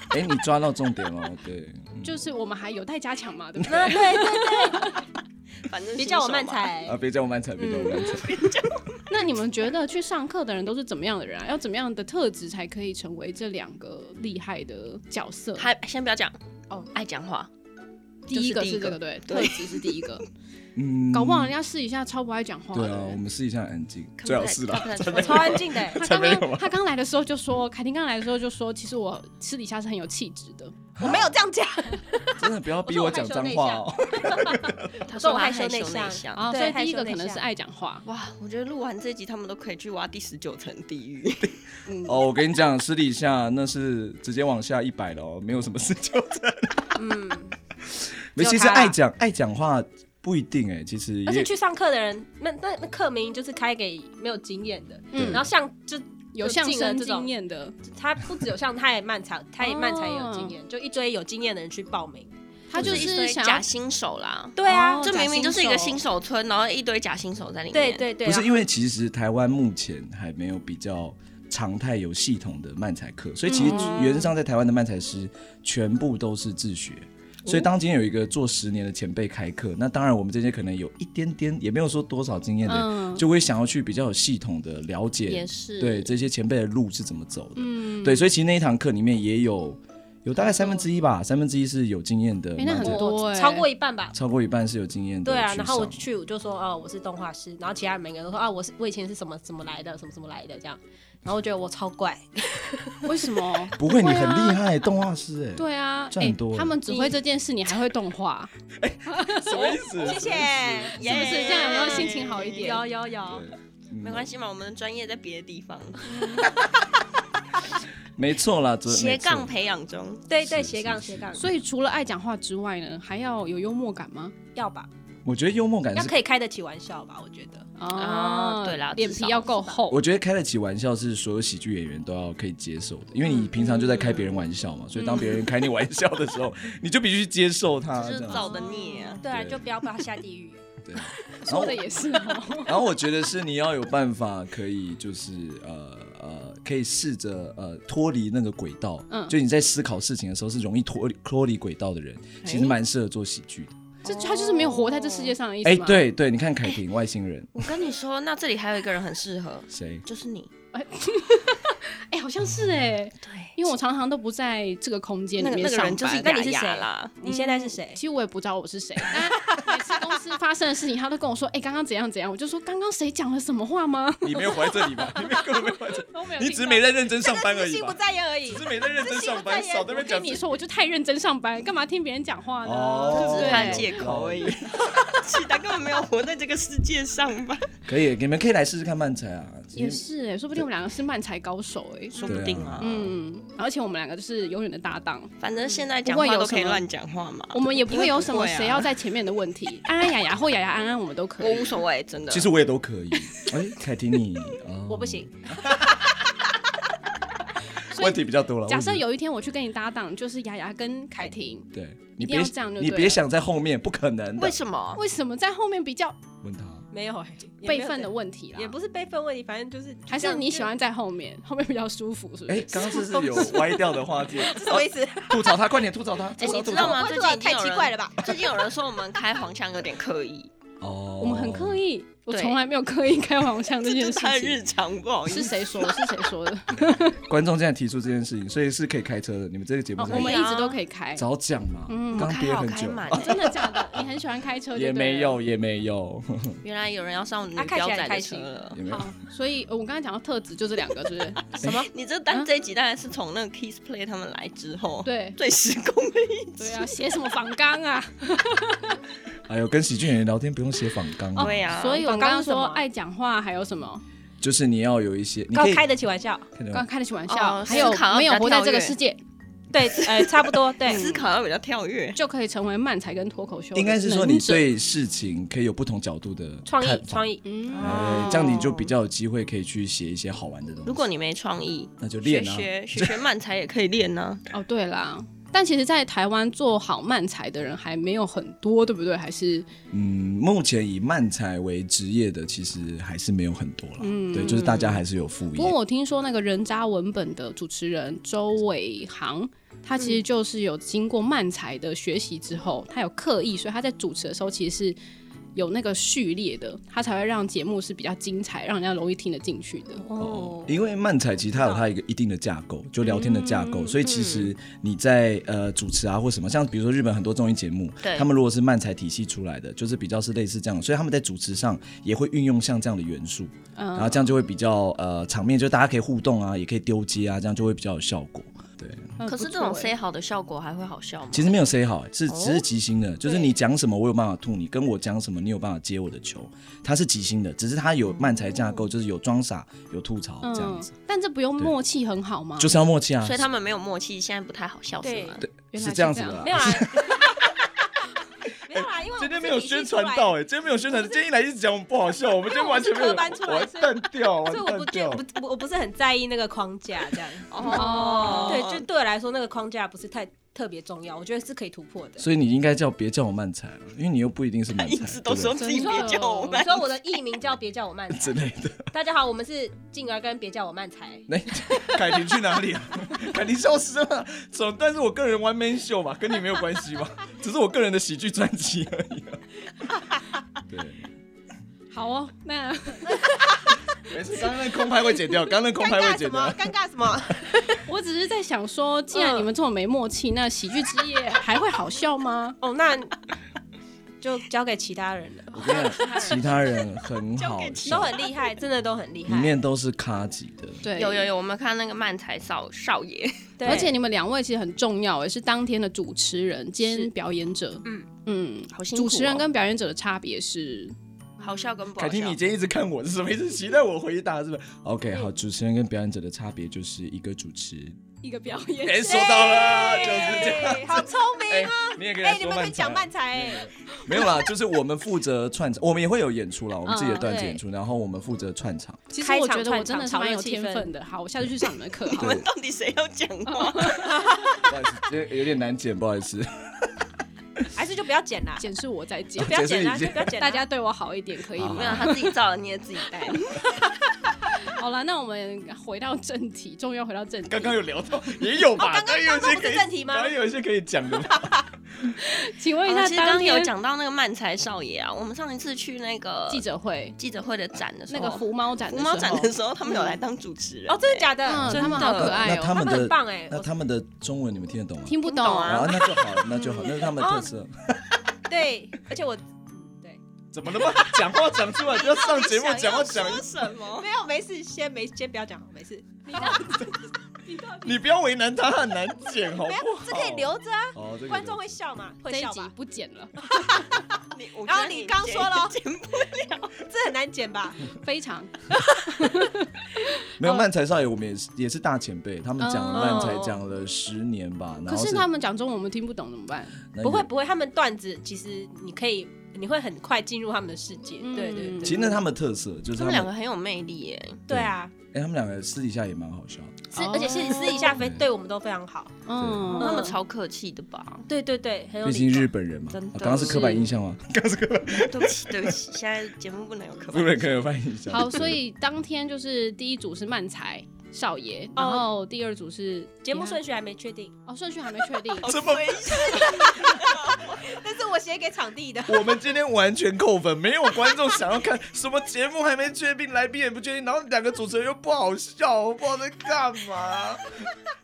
[SPEAKER 4] 哎，你抓到重点了，对，嗯
[SPEAKER 1] 就是我们还有待加强嘛， 对不对？
[SPEAKER 3] 那对对对，
[SPEAKER 2] 反正
[SPEAKER 3] 别叫我慢
[SPEAKER 2] 才。
[SPEAKER 3] 才
[SPEAKER 4] 啊，。别叫我慢才，别叫我慢才。
[SPEAKER 1] 那你们觉得去上课的人都是怎么样的人啊？要怎么样的特质才可以成为这两个厉害的角色？
[SPEAKER 2] 还先不要讲
[SPEAKER 1] 哦
[SPEAKER 2] 哦，爱讲话。
[SPEAKER 1] 第一个
[SPEAKER 2] 就是第
[SPEAKER 1] 是
[SPEAKER 2] 一
[SPEAKER 1] 这
[SPEAKER 2] 个
[SPEAKER 1] 个，对，特
[SPEAKER 2] 对
[SPEAKER 1] 质是第一个。
[SPEAKER 4] 嗯
[SPEAKER 1] 搞不好人家试一下超不爱讲话的
[SPEAKER 4] 对啊，我
[SPEAKER 1] 人。
[SPEAKER 4] 们试一下安静，
[SPEAKER 2] 看不
[SPEAKER 4] 最好
[SPEAKER 2] 太
[SPEAKER 4] 是
[SPEAKER 2] 看
[SPEAKER 4] 啦。
[SPEAKER 2] 不太出
[SPEAKER 3] 我
[SPEAKER 2] 来
[SPEAKER 3] 超安静的，
[SPEAKER 1] 他
[SPEAKER 4] 才
[SPEAKER 1] 刚
[SPEAKER 4] 没有
[SPEAKER 1] 刚
[SPEAKER 4] 啊
[SPEAKER 1] 他刚来的时候就说，凯婷刚来的时候就说，其实我私底下是很有气质的。
[SPEAKER 3] 我没有这样讲。
[SPEAKER 4] 真的不要逼我讲脏话哦。
[SPEAKER 2] 他
[SPEAKER 3] 说
[SPEAKER 2] 说
[SPEAKER 3] 我
[SPEAKER 2] 我害
[SPEAKER 3] 害羞
[SPEAKER 2] 羞
[SPEAKER 3] 内
[SPEAKER 2] 内
[SPEAKER 3] 向
[SPEAKER 2] 向。
[SPEAKER 1] 啊，
[SPEAKER 3] 哦对
[SPEAKER 1] 所以第一个
[SPEAKER 3] 害羞内
[SPEAKER 1] 可能
[SPEAKER 3] 向
[SPEAKER 1] 是爱讲话。
[SPEAKER 2] 哇，我觉得录完这集，他们都可以去挖第十九层地狱。
[SPEAKER 4] 哦，我跟你讲，私底下那是直接往下一百了哦，没有什么事就这样。
[SPEAKER 3] 嗯 只
[SPEAKER 4] 没，
[SPEAKER 3] 有
[SPEAKER 4] 其实
[SPEAKER 3] 他啦
[SPEAKER 4] 爱讲爱讲话不一定哎，其实
[SPEAKER 3] 而且
[SPEAKER 4] 也
[SPEAKER 3] 去上课的人，那那那课名就是开给没有经验的，
[SPEAKER 1] 嗯
[SPEAKER 3] 然后像就
[SPEAKER 1] 有
[SPEAKER 3] 就
[SPEAKER 1] 相
[SPEAKER 3] 进了
[SPEAKER 1] 声
[SPEAKER 3] 这种
[SPEAKER 1] 经验的，
[SPEAKER 3] 他不只有像他也漫才，他也漫才也有经验，就一堆有经验的人去报名。
[SPEAKER 1] 他就
[SPEAKER 2] 就是一
[SPEAKER 1] 是
[SPEAKER 2] 堆
[SPEAKER 1] 想
[SPEAKER 2] 假
[SPEAKER 1] 要
[SPEAKER 2] 新手啦。
[SPEAKER 3] 对啊
[SPEAKER 1] 哦，
[SPEAKER 2] 这明明就是一
[SPEAKER 1] 假
[SPEAKER 2] 个
[SPEAKER 1] 新
[SPEAKER 2] 新手村，然后一堆假新手在里面。
[SPEAKER 3] 对对对，啊
[SPEAKER 4] 不是
[SPEAKER 3] 为
[SPEAKER 4] 因为其实台湾目前还没有比较常态有系统的漫才课，所以其实原则上在台湾的漫才师全部都是自学。所以当今天有一个做十年的前辈开课，那当然我们这些可能有一点点，也没有说多少经验的人，
[SPEAKER 1] 嗯
[SPEAKER 4] 就会想要去比较有系统的了解
[SPEAKER 3] 啊
[SPEAKER 2] 也，是。
[SPEAKER 4] 对这些前辈的路是怎么走的。
[SPEAKER 1] 嗯，
[SPEAKER 4] 对，所以其实那一堂课里面也有有大概三分之一吧，三分之一是有经验的
[SPEAKER 1] 诶
[SPEAKER 4] 漫
[SPEAKER 1] 那
[SPEAKER 4] 才
[SPEAKER 1] 很
[SPEAKER 4] 师，
[SPEAKER 1] 多欸
[SPEAKER 3] 超过一半吧。
[SPEAKER 4] 超过一半是有经验的
[SPEAKER 3] 对
[SPEAKER 4] 去
[SPEAKER 3] 啊
[SPEAKER 4] 上。，
[SPEAKER 3] 然后我去我就说哦，我是动画师，然后其他人每个人都说啊，我是我以前是什么什么来的，什么什么来的这样，然后我觉得我超怪，
[SPEAKER 1] 为什么？
[SPEAKER 4] 不会，你很
[SPEAKER 1] 啊
[SPEAKER 4] 厉害，动画师哎。
[SPEAKER 1] 对啊，
[SPEAKER 4] 赚
[SPEAKER 1] 诶
[SPEAKER 4] 多了
[SPEAKER 1] 他们只会这件事，你还会动画，
[SPEAKER 4] 什么意思？
[SPEAKER 3] 谢谢，
[SPEAKER 1] 是不是？这样有没有心情好一点？
[SPEAKER 3] 有有有，
[SPEAKER 2] 没关系嘛，我们的专业在别的地方，
[SPEAKER 4] 没错啦，这
[SPEAKER 2] 斜杠。
[SPEAKER 4] 没错
[SPEAKER 2] 培养中。
[SPEAKER 3] 对对，
[SPEAKER 4] 是
[SPEAKER 3] 斜杠
[SPEAKER 4] 是
[SPEAKER 3] 斜杠
[SPEAKER 1] 所以除了爱讲话之外呢，还要有幽默感吗？
[SPEAKER 3] 要吧，
[SPEAKER 4] 我觉得幽默感
[SPEAKER 3] 要
[SPEAKER 4] 是，
[SPEAKER 3] 可以开得起玩笑吧，我觉得。
[SPEAKER 2] 啊对啦
[SPEAKER 1] 脸
[SPEAKER 2] 至
[SPEAKER 1] 皮
[SPEAKER 2] 少
[SPEAKER 1] 要够厚。
[SPEAKER 4] 我觉得开得起玩笑是所有喜剧演员都要可以接受的，因为你平常就在开别人玩笑嘛，所以当别人开你玩笑的时候， 你就必须去接受他。
[SPEAKER 2] 这
[SPEAKER 4] 啊这
[SPEAKER 2] 是
[SPEAKER 4] 样
[SPEAKER 2] 造
[SPEAKER 4] 子
[SPEAKER 2] 的孽啊！
[SPEAKER 3] 对啊，
[SPEAKER 4] 对
[SPEAKER 3] 就不要把他下地 狱。
[SPEAKER 4] 对，然后
[SPEAKER 1] 说的也是哦，
[SPEAKER 4] 然后我觉得是你要有办法可以就是呃呃，可以试着呃脱离那个轨道。
[SPEAKER 1] 嗯
[SPEAKER 4] 就你在思考事情的时候是容易脱离脱离轨道的人，其实蛮适合做喜剧的。
[SPEAKER 1] 这他就是没有活在这世界上的意思
[SPEAKER 4] 哎、
[SPEAKER 1] 吗？，
[SPEAKER 4] 对对，你看凯婷外星人
[SPEAKER 2] 我跟你说，那这里还有一个人很适合，
[SPEAKER 4] 谁？
[SPEAKER 2] 就是你。
[SPEAKER 1] 哎，好像是哎，
[SPEAKER 2] 对，
[SPEAKER 1] 因为我常常都不在这个空间
[SPEAKER 2] 那
[SPEAKER 1] 里
[SPEAKER 2] 个
[SPEAKER 1] 面
[SPEAKER 2] 那个
[SPEAKER 1] 上
[SPEAKER 2] 人就是
[SPEAKER 1] 班。
[SPEAKER 3] 那你
[SPEAKER 2] 雅
[SPEAKER 3] 是
[SPEAKER 2] 雅
[SPEAKER 3] 谁
[SPEAKER 2] 啦。
[SPEAKER 3] 你现在是谁
[SPEAKER 1] 其？实我也不知道我是谁， 但每次公司发生的事情，他都跟我说：“哎，刚刚怎样怎样。”我就说：“刚刚谁讲了什么话吗
[SPEAKER 4] 你没有活在这里吧？你没有根本没有活在 这里，？”
[SPEAKER 1] 都没有
[SPEAKER 4] 你
[SPEAKER 1] 听到。
[SPEAKER 4] 只是没在认真上 班而已
[SPEAKER 3] 心不
[SPEAKER 4] 吧？
[SPEAKER 3] 在焉而已
[SPEAKER 4] 只。是没在认真上班，
[SPEAKER 3] 只是心不在焉
[SPEAKER 4] 少在那
[SPEAKER 1] 我
[SPEAKER 4] 边
[SPEAKER 1] 跟
[SPEAKER 4] 讲自己。
[SPEAKER 1] 哎你说，我就太认真上班，干嘛听别人讲话呢？
[SPEAKER 4] 哦
[SPEAKER 1] 对
[SPEAKER 2] 只
[SPEAKER 1] 不
[SPEAKER 2] 是
[SPEAKER 1] 对
[SPEAKER 2] 他的借口而已。其实他根本没有活在这个世界上吧？
[SPEAKER 4] 可以，你们可以来试试看漫才啊。其
[SPEAKER 1] 也
[SPEAKER 4] 实
[SPEAKER 1] 是哎，说不定我们两个是漫才高手哎。
[SPEAKER 2] 说不定啊。嗯，
[SPEAKER 1] 嗯，而且我们两个就是永远的搭档，
[SPEAKER 2] 反正现在讲话都可以乱讲话嘛。
[SPEAKER 1] 我们也不会啊有什么
[SPEAKER 2] 因为不会啊
[SPEAKER 1] 谁要在前面的问 题。安安雅雅或雅雅安安，我们都可
[SPEAKER 2] 我无
[SPEAKER 1] 以。
[SPEAKER 2] 所谓，真的。
[SPEAKER 4] 其实我也都可 以。哎、凯婷你，哦
[SPEAKER 3] 我不行，
[SPEAKER 4] 问题比较多了。
[SPEAKER 1] 假设
[SPEAKER 4] 问题
[SPEAKER 1] 有一天我去跟你搭档，就是雅雅跟凯婷，
[SPEAKER 4] 对，你
[SPEAKER 1] 一定
[SPEAKER 4] 别
[SPEAKER 1] 要这样就
[SPEAKER 4] 你
[SPEAKER 1] 对
[SPEAKER 4] 别
[SPEAKER 1] 了
[SPEAKER 4] 想在后面，不可能的
[SPEAKER 2] 为。什么？
[SPEAKER 1] 为什么在后面比较
[SPEAKER 4] 问他。
[SPEAKER 3] 没有欸也没
[SPEAKER 1] 辈
[SPEAKER 3] 有
[SPEAKER 1] 分
[SPEAKER 3] 这
[SPEAKER 1] 的问
[SPEAKER 4] 啊
[SPEAKER 1] 题啦？
[SPEAKER 3] 也不是辈分问题，反正就是
[SPEAKER 1] 还是你喜欢在后面，后面比较舒服，是不
[SPEAKER 4] 哎、
[SPEAKER 1] 是？
[SPEAKER 4] 刚刚这是有歪掉的话题，
[SPEAKER 3] 这什么意思？
[SPEAKER 4] 吐槽他，快点吐槽他！
[SPEAKER 2] 哎，
[SPEAKER 4] 吐槽
[SPEAKER 2] 你
[SPEAKER 4] 吐
[SPEAKER 2] 知道
[SPEAKER 4] 槽他
[SPEAKER 2] 吗？
[SPEAKER 3] 我
[SPEAKER 2] 最
[SPEAKER 3] 觉得
[SPEAKER 2] 近
[SPEAKER 3] 太奇怪了吧？
[SPEAKER 2] 最近有人说我们开黄腔有点刻意，
[SPEAKER 4] 哦，
[SPEAKER 1] 我们很刻意，我
[SPEAKER 3] 对
[SPEAKER 1] 从来没有刻意开黄 腔这
[SPEAKER 2] 这
[SPEAKER 1] 件
[SPEAKER 2] 就是
[SPEAKER 1] 事
[SPEAKER 2] 他的
[SPEAKER 1] 情。
[SPEAKER 2] 日常，不好意
[SPEAKER 1] 是
[SPEAKER 2] 思。
[SPEAKER 1] 谁说的？是谁说 的？
[SPEAKER 4] 观众竟然提出这件事情，所以是可以开车的。你们这个节目
[SPEAKER 1] 哦
[SPEAKER 4] 是
[SPEAKER 1] 我
[SPEAKER 4] 可以
[SPEAKER 1] 们一直都可以开，
[SPEAKER 4] 早讲嘛，
[SPEAKER 1] 嗯
[SPEAKER 4] 刚憋很
[SPEAKER 2] 开
[SPEAKER 4] 久，
[SPEAKER 2] 满
[SPEAKER 1] 真的假的？你很喜欢开车，
[SPEAKER 4] 也没。有也没有
[SPEAKER 2] 原来有人要上女
[SPEAKER 3] 啊看起
[SPEAKER 2] 标
[SPEAKER 3] 来
[SPEAKER 2] 仔
[SPEAKER 3] 很开
[SPEAKER 2] 的
[SPEAKER 3] 心
[SPEAKER 2] 车了。
[SPEAKER 4] 也没有
[SPEAKER 1] 好，所以呃我刚才讲到特质就这两个，是不 是？
[SPEAKER 2] 什么？你这单
[SPEAKER 1] 啊
[SPEAKER 2] 这一集当然是从那个 Kiss Play 他们来之后，
[SPEAKER 1] 对
[SPEAKER 2] 最时空的一集。
[SPEAKER 1] 对啊，写什么仿纲啊？
[SPEAKER 4] 哎呦，跟喜剧演员聊天不用写仿纲啊，
[SPEAKER 2] 对啊，
[SPEAKER 1] 所以我刚
[SPEAKER 3] 仿纲
[SPEAKER 1] 刚
[SPEAKER 3] 是什
[SPEAKER 1] 说
[SPEAKER 3] 么
[SPEAKER 1] 爱讲话，还有什么？
[SPEAKER 4] 就是你要有一些，你
[SPEAKER 3] 高
[SPEAKER 4] 可以
[SPEAKER 3] 开得起玩笑，
[SPEAKER 4] 看得
[SPEAKER 1] 刚刚
[SPEAKER 4] 到
[SPEAKER 1] 开得起玩笑，
[SPEAKER 2] 哦
[SPEAKER 1] 还有
[SPEAKER 2] 思考要
[SPEAKER 1] 没有
[SPEAKER 2] 比较
[SPEAKER 1] 活在
[SPEAKER 2] 跳
[SPEAKER 1] 这个
[SPEAKER 2] 跃
[SPEAKER 1] 世界，
[SPEAKER 3] 对，呃，差不多，对，
[SPEAKER 2] 思考要比较跳跃。
[SPEAKER 1] 就可以成为漫才跟脱口秀。
[SPEAKER 4] 应该是说你，对事情可以有不同角度的
[SPEAKER 3] 创
[SPEAKER 4] 看
[SPEAKER 3] 意，
[SPEAKER 4] 法
[SPEAKER 3] 创，意，
[SPEAKER 1] 嗯，
[SPEAKER 4] 哎，这样你就比较有机会可以去写一些好玩的东西。
[SPEAKER 2] 如果你没创意，
[SPEAKER 4] 那就
[SPEAKER 2] 学
[SPEAKER 4] 练啊，
[SPEAKER 2] 学学学慢才也可以练呢。
[SPEAKER 1] 哦，对啦。但其实，在台湾做好漫才的人还没有很多，对不对？还是
[SPEAKER 4] 嗯，目前以漫才为职业的，其实还是没有很多啦。
[SPEAKER 3] 嗯
[SPEAKER 4] 对，就是大家还是有副
[SPEAKER 1] 不过
[SPEAKER 4] 业。
[SPEAKER 1] 我听说那个人渣文本的主持人周伟航，他其实就是有经过漫才的学习之后，他有刻意，所以他在主持的时候其实是有那个序列的，他才会让节目是比较精彩，让人家容易听得进去的。
[SPEAKER 4] 哦，因为漫才其实它有它一个一定的架构，就聊天的架构，
[SPEAKER 1] 嗯
[SPEAKER 4] 所以其实你在呃主持啊或什么，像比如说日本很多综艺节目，
[SPEAKER 2] 对
[SPEAKER 4] 他们如果是漫才体系出来的，就是比较是类似这样，所以他们在主持上也会运用像这样的元素，
[SPEAKER 2] 嗯
[SPEAKER 4] 然后这样就会比较呃场面，就大家可以互动啊，也可以丢接啊，这样就会比较有效果。对，
[SPEAKER 1] 嗯
[SPEAKER 2] 可是这种 say 好的效果还会好笑吗？
[SPEAKER 4] 其实没有 say 好，是只是即兴的，就是
[SPEAKER 2] 哦对
[SPEAKER 4] 你讲什么我有办法吐你，跟我讲什么你有办法接我的球，它是即兴的，只是它
[SPEAKER 2] 嗯
[SPEAKER 4] 有漫才架构，就是有装傻、有吐槽这样子，，
[SPEAKER 1] 嗯但这不用默契很好吗？
[SPEAKER 4] 就是要默契啊。
[SPEAKER 2] 所以他们没有默契，现在不太好笑，是吗？
[SPEAKER 1] 原来
[SPEAKER 4] 是
[SPEAKER 1] 是
[SPEAKER 4] 这样子
[SPEAKER 1] 这样
[SPEAKER 4] 的啦
[SPEAKER 3] 没。有啦，啊 没有啦，因为我们是体系出来的，
[SPEAKER 4] 哎，今天没有宣传，今天一来一直讲我们不好笑，我们
[SPEAKER 3] 今天完全没有因为我们是科班出来的
[SPEAKER 4] 掉，
[SPEAKER 3] 所以我不就不我不是很在意那个框架这样，
[SPEAKER 1] 哦
[SPEAKER 3] 对，就对我来说那个框架不是太特别重要，我觉得是可以突破的。
[SPEAKER 4] 所以你应该叫别叫我漫才了，因为你又不一定是漫才，
[SPEAKER 2] 一直都
[SPEAKER 4] 对不对
[SPEAKER 2] 说自己别叫我
[SPEAKER 3] 你
[SPEAKER 2] 慢，
[SPEAKER 3] 说我的艺名叫别叫我慢
[SPEAKER 4] 之
[SPEAKER 3] 才，
[SPEAKER 4] 类的。
[SPEAKER 3] 大家好，我们是静儿跟别叫我慢才。
[SPEAKER 4] 那凯婷去哪里啊？ 凯婷消失了，总但是我个人 one man show 嘛，跟你没有关系嘛，只是我个人的喜剧专辑而已、啊 对，
[SPEAKER 1] 好
[SPEAKER 2] 啊
[SPEAKER 1] 哦，那
[SPEAKER 4] 没事，刚刚那空拍会剪掉，刚刚那空
[SPEAKER 3] 尴
[SPEAKER 4] 拍会啊
[SPEAKER 3] 尬
[SPEAKER 4] 剪
[SPEAKER 3] 什么
[SPEAKER 4] 掉？。
[SPEAKER 3] 尴尬什么？
[SPEAKER 1] 我只是在想说，既 然你们这么没默契，那喜剧之夜还会好笑吗？
[SPEAKER 3] 哦，那就交给其他人了，
[SPEAKER 4] 我跟你讲，其他人很
[SPEAKER 2] 交
[SPEAKER 4] 好
[SPEAKER 2] 给其
[SPEAKER 3] 都
[SPEAKER 4] 笑，
[SPEAKER 3] 很厉害，真的都很厉
[SPEAKER 4] 里
[SPEAKER 3] 害。
[SPEAKER 4] 面都是咖级的。
[SPEAKER 1] 对，
[SPEAKER 2] 有有有，我们看那个漫才少少爷，
[SPEAKER 3] 对
[SPEAKER 1] 而 且你们两位其实很重要，也是当天的主持人兼
[SPEAKER 3] 是
[SPEAKER 1] 表演者。嗯
[SPEAKER 3] 嗯
[SPEAKER 1] 嗯，
[SPEAKER 2] 好辛苦哦
[SPEAKER 1] 主持人跟表演者的差别是，
[SPEAKER 2] 好笑跟不
[SPEAKER 4] 凯
[SPEAKER 2] 好
[SPEAKER 4] 婷，
[SPEAKER 2] 笑
[SPEAKER 4] 你。今天一直看我是什么意思？期待我回答是吧？OK，好，
[SPEAKER 3] 嗯
[SPEAKER 4] 主持人跟表演者的差别就是一个主持。
[SPEAKER 1] 一个表演
[SPEAKER 4] 哎、说到了，就是这样。
[SPEAKER 3] 哎好聪明
[SPEAKER 4] 哎、
[SPEAKER 3] 哦！
[SPEAKER 4] 你也可以
[SPEAKER 3] 哎，
[SPEAKER 4] 来
[SPEAKER 3] 你
[SPEAKER 4] 说
[SPEAKER 3] 们可以
[SPEAKER 4] 漫才
[SPEAKER 3] 讲
[SPEAKER 4] 啊。
[SPEAKER 3] 慢才哎。
[SPEAKER 4] 没有啦，就是我们负责 串场，我们也会有演出啦，我们自己的段子
[SPEAKER 3] 对
[SPEAKER 4] 演出，然后我们负责串场。
[SPEAKER 1] 其实我觉
[SPEAKER 3] 开
[SPEAKER 1] 得
[SPEAKER 3] 场
[SPEAKER 1] 我真的是
[SPEAKER 3] 串场
[SPEAKER 1] 蛮有
[SPEAKER 3] 炒热气
[SPEAKER 1] 天
[SPEAKER 3] 氛
[SPEAKER 1] 分的。好，我下次去上你们的课。好
[SPEAKER 2] 我
[SPEAKER 1] 了，
[SPEAKER 2] 们到底谁要讲话？
[SPEAKER 4] 不
[SPEAKER 3] 嗯
[SPEAKER 4] 好意思，这有点难剪，不好 意思。
[SPEAKER 3] 还是就不要剪啦，
[SPEAKER 1] 剪是我在 剪
[SPEAKER 3] 不，要剪啦，
[SPEAKER 4] 解释一下
[SPEAKER 3] 就不要
[SPEAKER 2] 啊
[SPEAKER 3] 剪啦。
[SPEAKER 1] 大家对我好一点可以
[SPEAKER 4] 好
[SPEAKER 2] 没
[SPEAKER 1] 吗？
[SPEAKER 2] 有，他自己造的，你也自己带。
[SPEAKER 1] 好了，那我们回到正题，终于要回到正题。
[SPEAKER 4] 刚刚有聊到，也有吧？
[SPEAKER 3] 哦刚刚
[SPEAKER 4] 但有一些
[SPEAKER 3] 刚刚
[SPEAKER 4] 可以
[SPEAKER 3] 不是正题吗
[SPEAKER 4] 刚刚有一些可以 讲的。
[SPEAKER 1] 请问一
[SPEAKER 2] 哦
[SPEAKER 1] 下，
[SPEAKER 2] 其实刚
[SPEAKER 1] 当
[SPEAKER 2] 刚有
[SPEAKER 1] 天
[SPEAKER 2] 讲到那个漫才少爷啊，我们上一次去那个
[SPEAKER 1] 记者会
[SPEAKER 2] 记者会的展的时
[SPEAKER 1] 那
[SPEAKER 2] 候，
[SPEAKER 1] 个福猫展
[SPEAKER 2] 哦福
[SPEAKER 1] 的
[SPEAKER 2] 猫
[SPEAKER 1] 时
[SPEAKER 2] 展
[SPEAKER 1] 候
[SPEAKER 2] 的时候，他们有来当主持人。
[SPEAKER 3] 哦，真的假的？
[SPEAKER 1] 嗯，
[SPEAKER 2] 真
[SPEAKER 1] 他们
[SPEAKER 2] 的
[SPEAKER 1] 好可爱
[SPEAKER 4] 那他
[SPEAKER 1] 哦，
[SPEAKER 3] 他
[SPEAKER 4] 们
[SPEAKER 3] 们
[SPEAKER 4] 的呃
[SPEAKER 3] 很棒哎
[SPEAKER 4] 那他们的中文你们听得懂吗？
[SPEAKER 1] 听不
[SPEAKER 2] 听不懂啊
[SPEAKER 4] 啊，那就好，那就好，那是他们的 特
[SPEAKER 3] 哦
[SPEAKER 4] 色。
[SPEAKER 3] 对，而且我
[SPEAKER 4] 怎么了吗？讲话讲出来，不要上 节目讲话讲，
[SPEAKER 2] 说什么？
[SPEAKER 3] 没有没事，先没先不要讲，没事，
[SPEAKER 4] 你不要为难他，很难剪，好
[SPEAKER 3] 没
[SPEAKER 4] 不
[SPEAKER 3] 有
[SPEAKER 4] 好？
[SPEAKER 3] 这可以留着啊，
[SPEAKER 4] 哦，这个
[SPEAKER 3] 观众会笑嘛，会
[SPEAKER 1] 这一
[SPEAKER 3] 笑
[SPEAKER 1] 集
[SPEAKER 3] 吧，
[SPEAKER 1] 不剪了，
[SPEAKER 2] 你我觉得
[SPEAKER 3] 然后你刚说了
[SPEAKER 2] 剪不
[SPEAKER 3] 这很难剪吧？
[SPEAKER 1] 非 常
[SPEAKER 4] 没有漫才少爷，我们也是也是大前辈，他们讲
[SPEAKER 3] 嗯
[SPEAKER 4] 了漫才讲了十年吧，
[SPEAKER 3] 哦
[SPEAKER 4] 然
[SPEAKER 1] 可
[SPEAKER 4] 后
[SPEAKER 1] 是他们讲中文我们听不懂怎么办？
[SPEAKER 4] 那
[SPEAKER 3] 不
[SPEAKER 4] 也
[SPEAKER 3] 会不会，他们段子其实你可以，你会很快进入他们的世界，
[SPEAKER 1] 嗯
[SPEAKER 3] 对对
[SPEAKER 4] 其
[SPEAKER 3] 对，
[SPEAKER 4] 实那是他们的特色就是
[SPEAKER 2] 他们两个很有魅力耶，
[SPEAKER 3] 对啊，
[SPEAKER 4] 哎，他们两个私底下也蛮好笑的。
[SPEAKER 3] 是
[SPEAKER 1] 哦
[SPEAKER 3] 而且是私底下非对我们都非常好，
[SPEAKER 1] 嗯，
[SPEAKER 2] 他们超客气的吧？
[SPEAKER 3] 对对对，很有
[SPEAKER 4] 毕竟
[SPEAKER 3] 礼
[SPEAKER 4] 日
[SPEAKER 3] 貌。
[SPEAKER 4] 本人嘛，
[SPEAKER 2] 真的
[SPEAKER 4] 啊刚刚是刻板印象吗？
[SPEAKER 2] 对不起，对不起，现在节目不能有刻
[SPEAKER 4] 不
[SPEAKER 2] 板。
[SPEAKER 4] 是刻板印象。
[SPEAKER 1] 好，所以当天就是第一组是漫才少爷，
[SPEAKER 2] 哦
[SPEAKER 1] 然后第二组是
[SPEAKER 3] 节目顺序还没确定，
[SPEAKER 1] 哦，顺序还没确定。
[SPEAKER 4] 这么
[SPEAKER 2] 危险
[SPEAKER 3] 但是我写给场地的。
[SPEAKER 4] 我们今天完全扣分，没有观众想要看什么节目还没确定，来宾也不确定，然后两个主持人又不好笑，我不知道在干嘛。
[SPEAKER 3] 哎，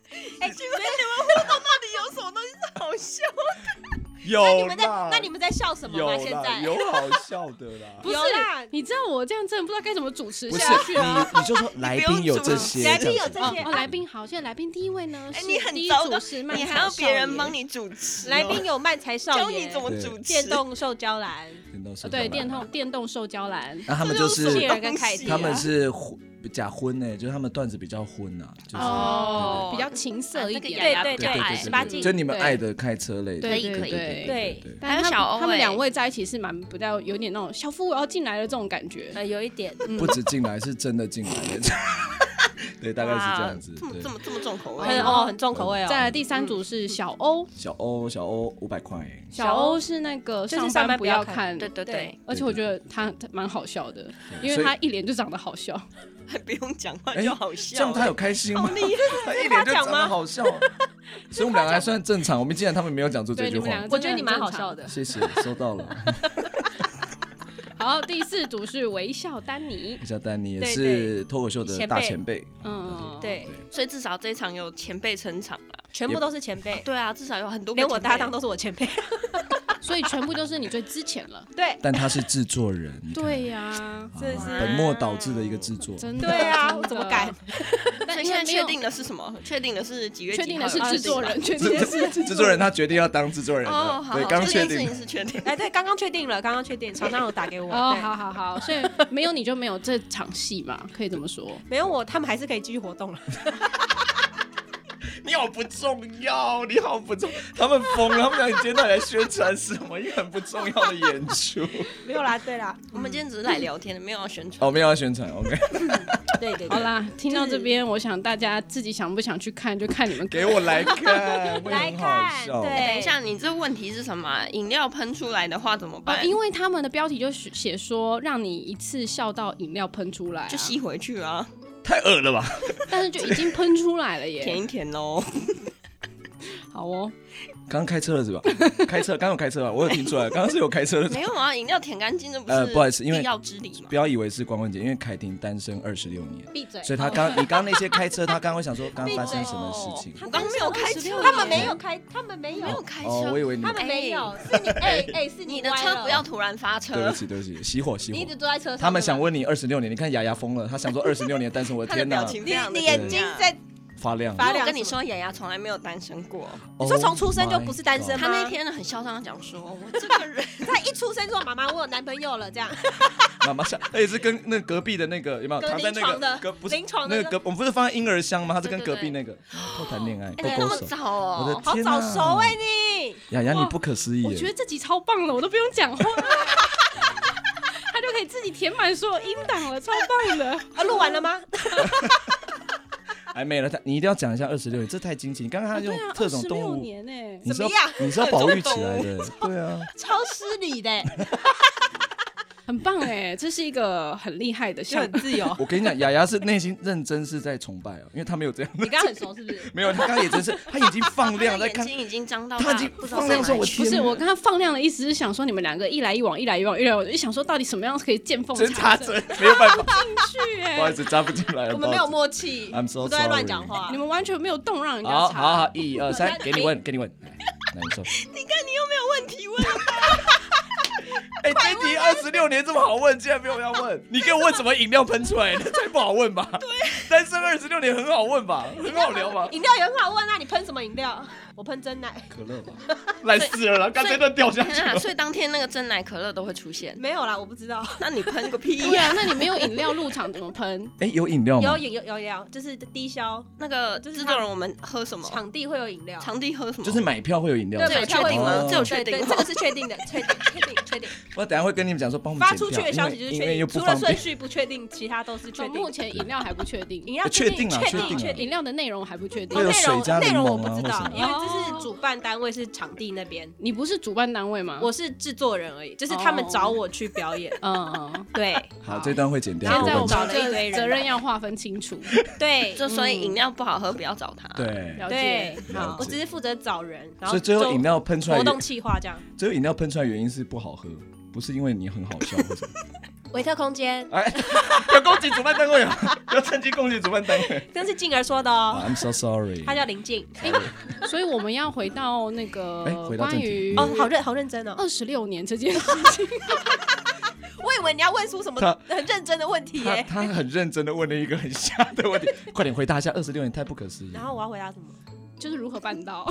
[SPEAKER 3] 你们
[SPEAKER 2] 到底有什么东西是好笑？
[SPEAKER 4] 有
[SPEAKER 3] 那你们在
[SPEAKER 4] 啦
[SPEAKER 3] 那你们在笑什么
[SPEAKER 4] 有
[SPEAKER 3] 吗？
[SPEAKER 4] 啦
[SPEAKER 3] 现在
[SPEAKER 4] 有好笑的啦。
[SPEAKER 1] 不是
[SPEAKER 3] 有啦，
[SPEAKER 1] 你知道我这样真的不知道该怎么主持
[SPEAKER 4] 不是
[SPEAKER 1] 下去啊。
[SPEAKER 4] 你，你就说来宾有这些，
[SPEAKER 3] 来宾有
[SPEAKER 4] 这
[SPEAKER 3] 这
[SPEAKER 4] 样子
[SPEAKER 1] 哦
[SPEAKER 4] 啊
[SPEAKER 3] 些，
[SPEAKER 1] 哦，来宾好，现在来宾第一位呢
[SPEAKER 2] 哎，
[SPEAKER 1] 是
[SPEAKER 2] 你很
[SPEAKER 1] 第一
[SPEAKER 2] 糟糕
[SPEAKER 1] 主持，漫
[SPEAKER 2] 你
[SPEAKER 1] 才
[SPEAKER 2] 还要别
[SPEAKER 1] 少
[SPEAKER 2] 人
[SPEAKER 1] 爷
[SPEAKER 2] 帮你主持哦，
[SPEAKER 3] 来宾有漫才少
[SPEAKER 2] 教
[SPEAKER 3] 爷
[SPEAKER 2] 你怎么主持，
[SPEAKER 3] 电动塑胶篮，
[SPEAKER 4] 电动手
[SPEAKER 1] 哦
[SPEAKER 4] 枪
[SPEAKER 1] 对
[SPEAKER 4] 嘛
[SPEAKER 1] 电动。电动塑胶篮，
[SPEAKER 4] 那他们就
[SPEAKER 2] 这
[SPEAKER 3] 是
[SPEAKER 2] 什
[SPEAKER 4] 是
[SPEAKER 2] 么
[SPEAKER 3] 尔跟凯
[SPEAKER 2] 东西
[SPEAKER 3] 蒂
[SPEAKER 2] 啊
[SPEAKER 4] 他们是混假婚呢，就是他们段子比较昏呐，就是
[SPEAKER 1] 哦，比较情
[SPEAKER 2] 啊
[SPEAKER 1] 色一
[SPEAKER 3] 对
[SPEAKER 1] 点啦，
[SPEAKER 3] 雅雅
[SPEAKER 4] 对对对
[SPEAKER 3] 对
[SPEAKER 4] 对
[SPEAKER 3] 十八禁
[SPEAKER 4] 就你们
[SPEAKER 1] 对
[SPEAKER 4] 爱的开车类的，
[SPEAKER 1] 可以
[SPEAKER 4] 对
[SPEAKER 1] 可以
[SPEAKER 4] 对
[SPEAKER 3] 对
[SPEAKER 4] 对。
[SPEAKER 1] 但
[SPEAKER 5] 还有
[SPEAKER 1] 是他
[SPEAKER 5] 小欧
[SPEAKER 1] 他们
[SPEAKER 5] 欸
[SPEAKER 1] 两位在一起是蛮比较有点那种小夫我呃要进来了这种感觉，
[SPEAKER 3] 呃，有一点，
[SPEAKER 4] 不止进来，是真的进来的。 对，大概是这样子。
[SPEAKER 2] 这么
[SPEAKER 4] 对
[SPEAKER 2] 这，么这么重口味
[SPEAKER 3] 很
[SPEAKER 1] 嗯，
[SPEAKER 3] 哦，很重口味哦。
[SPEAKER 1] 再来第三
[SPEAKER 2] 嗯
[SPEAKER 1] 组是小欧，
[SPEAKER 4] 小欧，小欧五百块耶，
[SPEAKER 1] 小欧是那个
[SPEAKER 3] 就是上
[SPEAKER 1] 班
[SPEAKER 3] 班
[SPEAKER 1] 不
[SPEAKER 3] 不要
[SPEAKER 1] 要
[SPEAKER 3] 看
[SPEAKER 1] 看，
[SPEAKER 5] 对对对，
[SPEAKER 1] 而且我觉得他他蛮好笑的，
[SPEAKER 4] 对
[SPEAKER 1] 因
[SPEAKER 4] 所
[SPEAKER 1] 为
[SPEAKER 4] 以
[SPEAKER 1] 他一脸就长得好笑，
[SPEAKER 2] 还不用讲话
[SPEAKER 4] 哎
[SPEAKER 2] 就好
[SPEAKER 4] 这
[SPEAKER 2] 笑。欸
[SPEAKER 4] 样他有开心吗？他一脸就长得好笑，所以我们两个还算正常。我们既然他们没有讲出这
[SPEAKER 1] 对
[SPEAKER 4] 句
[SPEAKER 1] 你们
[SPEAKER 4] 话
[SPEAKER 1] 两个，
[SPEAKER 3] 我觉得你蛮好笑
[SPEAKER 1] 的。
[SPEAKER 3] 的。
[SPEAKER 4] 谢谢，收到了。
[SPEAKER 1] 好，第四组是微笑丹尼，
[SPEAKER 4] 小丹，你也
[SPEAKER 3] 对
[SPEAKER 4] 是脱口秀的大前辈，
[SPEAKER 1] 嗯，
[SPEAKER 3] 哦对，
[SPEAKER 2] 所以至少这一场有前辈撑场啊。
[SPEAKER 3] 全部都是前辈，
[SPEAKER 2] 对啊，至少有很多个
[SPEAKER 3] 连我
[SPEAKER 2] 前辈
[SPEAKER 3] 搭档都是我前 辈。
[SPEAKER 1] 所以全部都是你最之前 了。
[SPEAKER 3] 对
[SPEAKER 4] 但他是制作人。你看
[SPEAKER 1] 对呀、
[SPEAKER 4] 啊
[SPEAKER 3] 真是
[SPEAKER 4] 本末倒置的一个制作。
[SPEAKER 1] 真的。
[SPEAKER 3] 对啊，
[SPEAKER 1] 真
[SPEAKER 3] 我
[SPEAKER 1] 的
[SPEAKER 3] 怎么敢？？
[SPEAKER 2] 所
[SPEAKER 1] 但
[SPEAKER 2] 以
[SPEAKER 1] 因
[SPEAKER 2] 现在
[SPEAKER 1] 为没
[SPEAKER 2] 确
[SPEAKER 1] 有
[SPEAKER 2] 定的是什么？确定的是几月几
[SPEAKER 1] 确
[SPEAKER 2] 号
[SPEAKER 1] 定
[SPEAKER 2] 有
[SPEAKER 1] 的
[SPEAKER 2] 事
[SPEAKER 1] 是
[SPEAKER 2] 情吗？
[SPEAKER 1] 制
[SPEAKER 3] 啊
[SPEAKER 1] 作人，确定的是
[SPEAKER 4] 制作
[SPEAKER 3] 哦
[SPEAKER 4] 人他决定要当制作人
[SPEAKER 2] 哦，
[SPEAKER 4] 了，
[SPEAKER 2] 好，
[SPEAKER 4] 对，
[SPEAKER 2] 好
[SPEAKER 4] 刚
[SPEAKER 2] 这
[SPEAKER 4] 确
[SPEAKER 2] 件事
[SPEAKER 4] 定
[SPEAKER 2] 情。是确 定。
[SPEAKER 3] 哎，对，刚刚确定了，刚刚确定，厂商有打给我。
[SPEAKER 1] 哦，
[SPEAKER 3] 对，
[SPEAKER 1] 好好好，所以没有你就没有这场戏嘛，可以这么说。
[SPEAKER 3] 没有我，他们还是可以继续活 动了。
[SPEAKER 4] 你好不重要，你好不重，他们疯了，他们想你今天到底在宣传什么？一个很不重要的演出。
[SPEAKER 3] 没有啦，对啦，
[SPEAKER 2] 我们今天只是来聊天的，没有要宣传。
[SPEAKER 4] 哦，没有要宣传，OK，
[SPEAKER 3] 对对
[SPEAKER 1] 好
[SPEAKER 3] 对。
[SPEAKER 1] 啦，听到这边，我想大家自己想不想去看就看你们。
[SPEAKER 4] 给我来看，会
[SPEAKER 3] 来
[SPEAKER 4] 很好
[SPEAKER 3] 看，
[SPEAKER 4] 笑。
[SPEAKER 3] 对，
[SPEAKER 2] 哎等一下，你这问题是什么啊？饮料喷出来的话怎么
[SPEAKER 1] 哦
[SPEAKER 2] 办？，
[SPEAKER 1] 因为他们的标题就写写说让你一次笑到饮料喷出来、啊，
[SPEAKER 2] 就吸回去啊，
[SPEAKER 4] 太恶了吧？
[SPEAKER 1] 但是就已经喷出来 了
[SPEAKER 2] 舔
[SPEAKER 1] 耶。
[SPEAKER 2] 一舔喽。
[SPEAKER 1] 好哦，
[SPEAKER 4] 刚开车了是吧？开车，刚有开车吧？我有听出来，刚刚是有开车的。
[SPEAKER 2] 没有啊，饮料舔干净，这不
[SPEAKER 4] 呃
[SPEAKER 2] 是
[SPEAKER 4] 不好意思因为
[SPEAKER 2] 必要之理嘛
[SPEAKER 4] 不。要以为是光棍节，因为凯婷单身二十六年，
[SPEAKER 1] 闭嘴
[SPEAKER 4] 所以他刚你刚那些开车，他刚刚会想说刚发生什么事情。
[SPEAKER 2] 我刚刚没有开车，
[SPEAKER 3] 他们没有开，他们哦没有
[SPEAKER 2] 没有开
[SPEAKER 4] 哦，
[SPEAKER 2] 车
[SPEAKER 4] 我以，为你
[SPEAKER 3] 他们没有，是 你哎哎，是
[SPEAKER 2] 你的
[SPEAKER 3] 的
[SPEAKER 2] 车不要，突然发
[SPEAKER 4] 对
[SPEAKER 2] 车
[SPEAKER 4] 不。起对不起，熄火熄
[SPEAKER 3] 你一直
[SPEAKER 4] 火。
[SPEAKER 3] 坐在车上。
[SPEAKER 4] 他们想
[SPEAKER 3] 对吧，
[SPEAKER 4] 问你二十六年，你看雅雅疯了，她想说二十六年单身，我的
[SPEAKER 2] 他的
[SPEAKER 4] 天
[SPEAKER 2] 表
[SPEAKER 4] 哪，
[SPEAKER 2] 情非常的
[SPEAKER 3] 你
[SPEAKER 2] 惊讶
[SPEAKER 3] 眼睛在，
[SPEAKER 4] 发亮。Oh
[SPEAKER 3] 发
[SPEAKER 2] 因为我
[SPEAKER 3] 亮
[SPEAKER 2] 跟你
[SPEAKER 3] 什么
[SPEAKER 2] 说，雅雅从来没有单身过。
[SPEAKER 4] 你
[SPEAKER 3] 你说从出生就不是单身
[SPEAKER 2] 她
[SPEAKER 3] 吗
[SPEAKER 2] 那天很嚣张的讲说：“我这个 人
[SPEAKER 3] 他一出生说妈妈我有男朋友了这样，
[SPEAKER 4] 妈妈像，而且是跟那隔壁的那个有没有？
[SPEAKER 3] 隔
[SPEAKER 4] 躺在
[SPEAKER 3] 临
[SPEAKER 4] 那
[SPEAKER 3] 床
[SPEAKER 4] 个
[SPEAKER 3] 的
[SPEAKER 4] 隔不是
[SPEAKER 3] 临床的
[SPEAKER 4] 那个隔，我们不是放在婴儿箱吗？他是跟
[SPEAKER 2] 对对
[SPEAKER 4] 隔壁那个偷谈恋爱，
[SPEAKER 2] 哎那
[SPEAKER 4] 勾勾
[SPEAKER 2] 么
[SPEAKER 4] 手。
[SPEAKER 2] 早哦，
[SPEAKER 4] 我的
[SPEAKER 3] 好
[SPEAKER 4] 天
[SPEAKER 3] 早
[SPEAKER 4] 哪
[SPEAKER 3] 熟哎你，
[SPEAKER 4] 雅雅，你不可思议耶！
[SPEAKER 1] 我觉得这集超棒了，我都不用讲话，他就可以自己填满所有音档了，超棒 的。
[SPEAKER 3] 啊录完了吗？
[SPEAKER 4] 还哎没了，他你一定要讲一下二十六年，这太惊奇。你刚刚他
[SPEAKER 1] 哦
[SPEAKER 3] 啊
[SPEAKER 4] 用
[SPEAKER 1] 啊
[SPEAKER 4] 特种动
[SPEAKER 1] 26
[SPEAKER 4] 物，
[SPEAKER 1] 年哎、
[SPEAKER 4] 你是
[SPEAKER 3] 怎
[SPEAKER 4] 要
[SPEAKER 3] 么样
[SPEAKER 4] 你是 要保育起来的，对啊，
[SPEAKER 3] 超失礼的，
[SPEAKER 1] 很棒哎、这是一个很厉害的 项目。
[SPEAKER 3] 自由。
[SPEAKER 4] 我跟你讲，雅雅是内心认真是在崇拜哦，因为他没有这样 的
[SPEAKER 3] 你，跟他很 熟是不是？
[SPEAKER 4] 没有，他刚刚也真是，他眼睛放亮
[SPEAKER 2] 她的
[SPEAKER 4] 在看
[SPEAKER 2] 眼，睛已经张到
[SPEAKER 4] 他已经
[SPEAKER 2] 不知道
[SPEAKER 4] 放
[SPEAKER 2] 在
[SPEAKER 4] 亮
[SPEAKER 2] 哪
[SPEAKER 4] 说，
[SPEAKER 2] 里
[SPEAKER 4] 我
[SPEAKER 1] 不
[SPEAKER 2] 去
[SPEAKER 4] 天
[SPEAKER 1] 是，
[SPEAKER 4] 哪
[SPEAKER 1] 我刚刚放量的意思是想说你们两个一来一往，一来一往，一来一往，我就想说到底什么样可以见缝
[SPEAKER 4] 真
[SPEAKER 1] 插
[SPEAKER 4] 插
[SPEAKER 1] 针
[SPEAKER 4] 针，没有办法，
[SPEAKER 1] 去哎、
[SPEAKER 4] 不好意思扎不进来了，
[SPEAKER 3] 我们没有
[SPEAKER 4] 不好
[SPEAKER 3] 默契，
[SPEAKER 4] I'm so
[SPEAKER 3] 我都在乱
[SPEAKER 4] sorry
[SPEAKER 3] 讲话
[SPEAKER 1] 你。们完全没有动让人
[SPEAKER 4] 意思
[SPEAKER 1] 家
[SPEAKER 4] 好
[SPEAKER 1] 插
[SPEAKER 4] 好好，一二三，
[SPEAKER 3] 你
[SPEAKER 4] 给你问，给你问，来来你说。
[SPEAKER 2] 你看你又没有问题问了，
[SPEAKER 4] 哎、这题二十六年这么好问，竟然没有要问？你给我问什么饮料喷出来的？才不好问吧？对，单身二十六年很好问吧？很好聊吧？
[SPEAKER 3] 饮料也很好问啊，你喷什么饮料？我喷真奶，
[SPEAKER 4] 可乐吧，烂死了啦，刚才都掉下去
[SPEAKER 2] 天啊！
[SPEAKER 4] 了。
[SPEAKER 2] 所以当天那个真奶可乐都会出现，
[SPEAKER 3] 没有啦，我不知道。
[SPEAKER 2] 那你喷个屁
[SPEAKER 1] 对
[SPEAKER 2] 呀！
[SPEAKER 1] 啊，那你没有饮料入场怎么喷？
[SPEAKER 4] 哎、有饮料
[SPEAKER 3] 有饮有有饮料，就是低消
[SPEAKER 4] 哦
[SPEAKER 2] 那个制作人，我们喝什么？
[SPEAKER 3] 场地会有饮料，
[SPEAKER 2] 场地喝什么？
[SPEAKER 4] 就是买票会有饮料，
[SPEAKER 3] 对
[SPEAKER 2] 这有
[SPEAKER 3] 买票
[SPEAKER 2] 确定吗
[SPEAKER 3] 会有
[SPEAKER 2] 这有
[SPEAKER 3] 对
[SPEAKER 2] 确定
[SPEAKER 3] 对
[SPEAKER 2] 吗
[SPEAKER 3] 这个是确定的，确定确定确定。
[SPEAKER 4] 我等一下会跟你们讲说，帮我们
[SPEAKER 3] 发
[SPEAKER 4] 剪
[SPEAKER 3] 出去
[SPEAKER 4] 掉
[SPEAKER 3] 的消息就
[SPEAKER 4] 因
[SPEAKER 3] 是
[SPEAKER 4] 为
[SPEAKER 3] 确
[SPEAKER 4] 因为
[SPEAKER 3] 定，
[SPEAKER 4] 又不
[SPEAKER 3] 除了
[SPEAKER 4] 方
[SPEAKER 3] 顺
[SPEAKER 4] 便。
[SPEAKER 3] 序不确定，其他都是确
[SPEAKER 1] 哦
[SPEAKER 3] 定。
[SPEAKER 1] 目前饮料还不确定，
[SPEAKER 3] 饮料
[SPEAKER 4] 确定
[SPEAKER 3] 定，确
[SPEAKER 4] 了确定了
[SPEAKER 3] 确
[SPEAKER 1] 饮
[SPEAKER 3] 定。哦
[SPEAKER 1] 料的内容还不确定
[SPEAKER 4] 会。有
[SPEAKER 3] 内
[SPEAKER 4] 水
[SPEAKER 3] 容
[SPEAKER 4] 加
[SPEAKER 3] 内
[SPEAKER 4] 柠
[SPEAKER 3] 容我
[SPEAKER 4] 檬
[SPEAKER 3] 不
[SPEAKER 4] 啊
[SPEAKER 3] 知
[SPEAKER 4] 或
[SPEAKER 3] 道
[SPEAKER 4] 什，么
[SPEAKER 3] 因为这是主办单位是场地那边，
[SPEAKER 1] 你不是主办单位
[SPEAKER 4] 啊
[SPEAKER 1] 吗？
[SPEAKER 3] 我是制作人而已，就是他们找我去表
[SPEAKER 4] 哦
[SPEAKER 3] 演。
[SPEAKER 1] 嗯，嗯
[SPEAKER 3] 对
[SPEAKER 4] 好，这段会剪掉。
[SPEAKER 3] 现
[SPEAKER 1] 现在
[SPEAKER 4] 各
[SPEAKER 1] 我们
[SPEAKER 4] 位
[SPEAKER 3] 找了
[SPEAKER 1] 这
[SPEAKER 3] 一堆人来
[SPEAKER 1] 责任要划分清楚。
[SPEAKER 3] 对
[SPEAKER 2] 就所以饮料不好喝，不要找他。，
[SPEAKER 4] 对，
[SPEAKER 1] 了
[SPEAKER 3] 对
[SPEAKER 1] 解，，
[SPEAKER 4] 了
[SPEAKER 3] 好
[SPEAKER 4] 解，
[SPEAKER 3] 我只是负责找人，然
[SPEAKER 4] 所
[SPEAKER 3] 后
[SPEAKER 4] 以最后
[SPEAKER 3] 周
[SPEAKER 4] 饮料喷出来
[SPEAKER 3] 活
[SPEAKER 4] 原，
[SPEAKER 3] 动企划这样。
[SPEAKER 4] 最后饮料喷出来原因是不好喝，不是因为你很好笑 或什么。
[SPEAKER 3] 维特空间，
[SPEAKER 4] 哎， 要攻击主办单位啊！ 要趁机攻击主办单位。
[SPEAKER 3] 这是静儿说的哦，
[SPEAKER 4] I'm so sorry。
[SPEAKER 3] 她叫林静。
[SPEAKER 1] 所以我们要回到那个
[SPEAKER 4] 哎回到
[SPEAKER 1] 关
[SPEAKER 4] 正
[SPEAKER 1] 于
[SPEAKER 4] 题
[SPEAKER 3] 哦，好认好认真哦，
[SPEAKER 1] 二十六年这件事情。
[SPEAKER 3] 我以为你要问出什么
[SPEAKER 4] 他
[SPEAKER 3] 很认真的问题
[SPEAKER 4] 他
[SPEAKER 3] 耶，
[SPEAKER 4] 他很认真的问了一个很瞎 的问题，快点回答一下，二十六年太不可思议。
[SPEAKER 3] 然后我要回答什么？
[SPEAKER 1] 就是如何办到？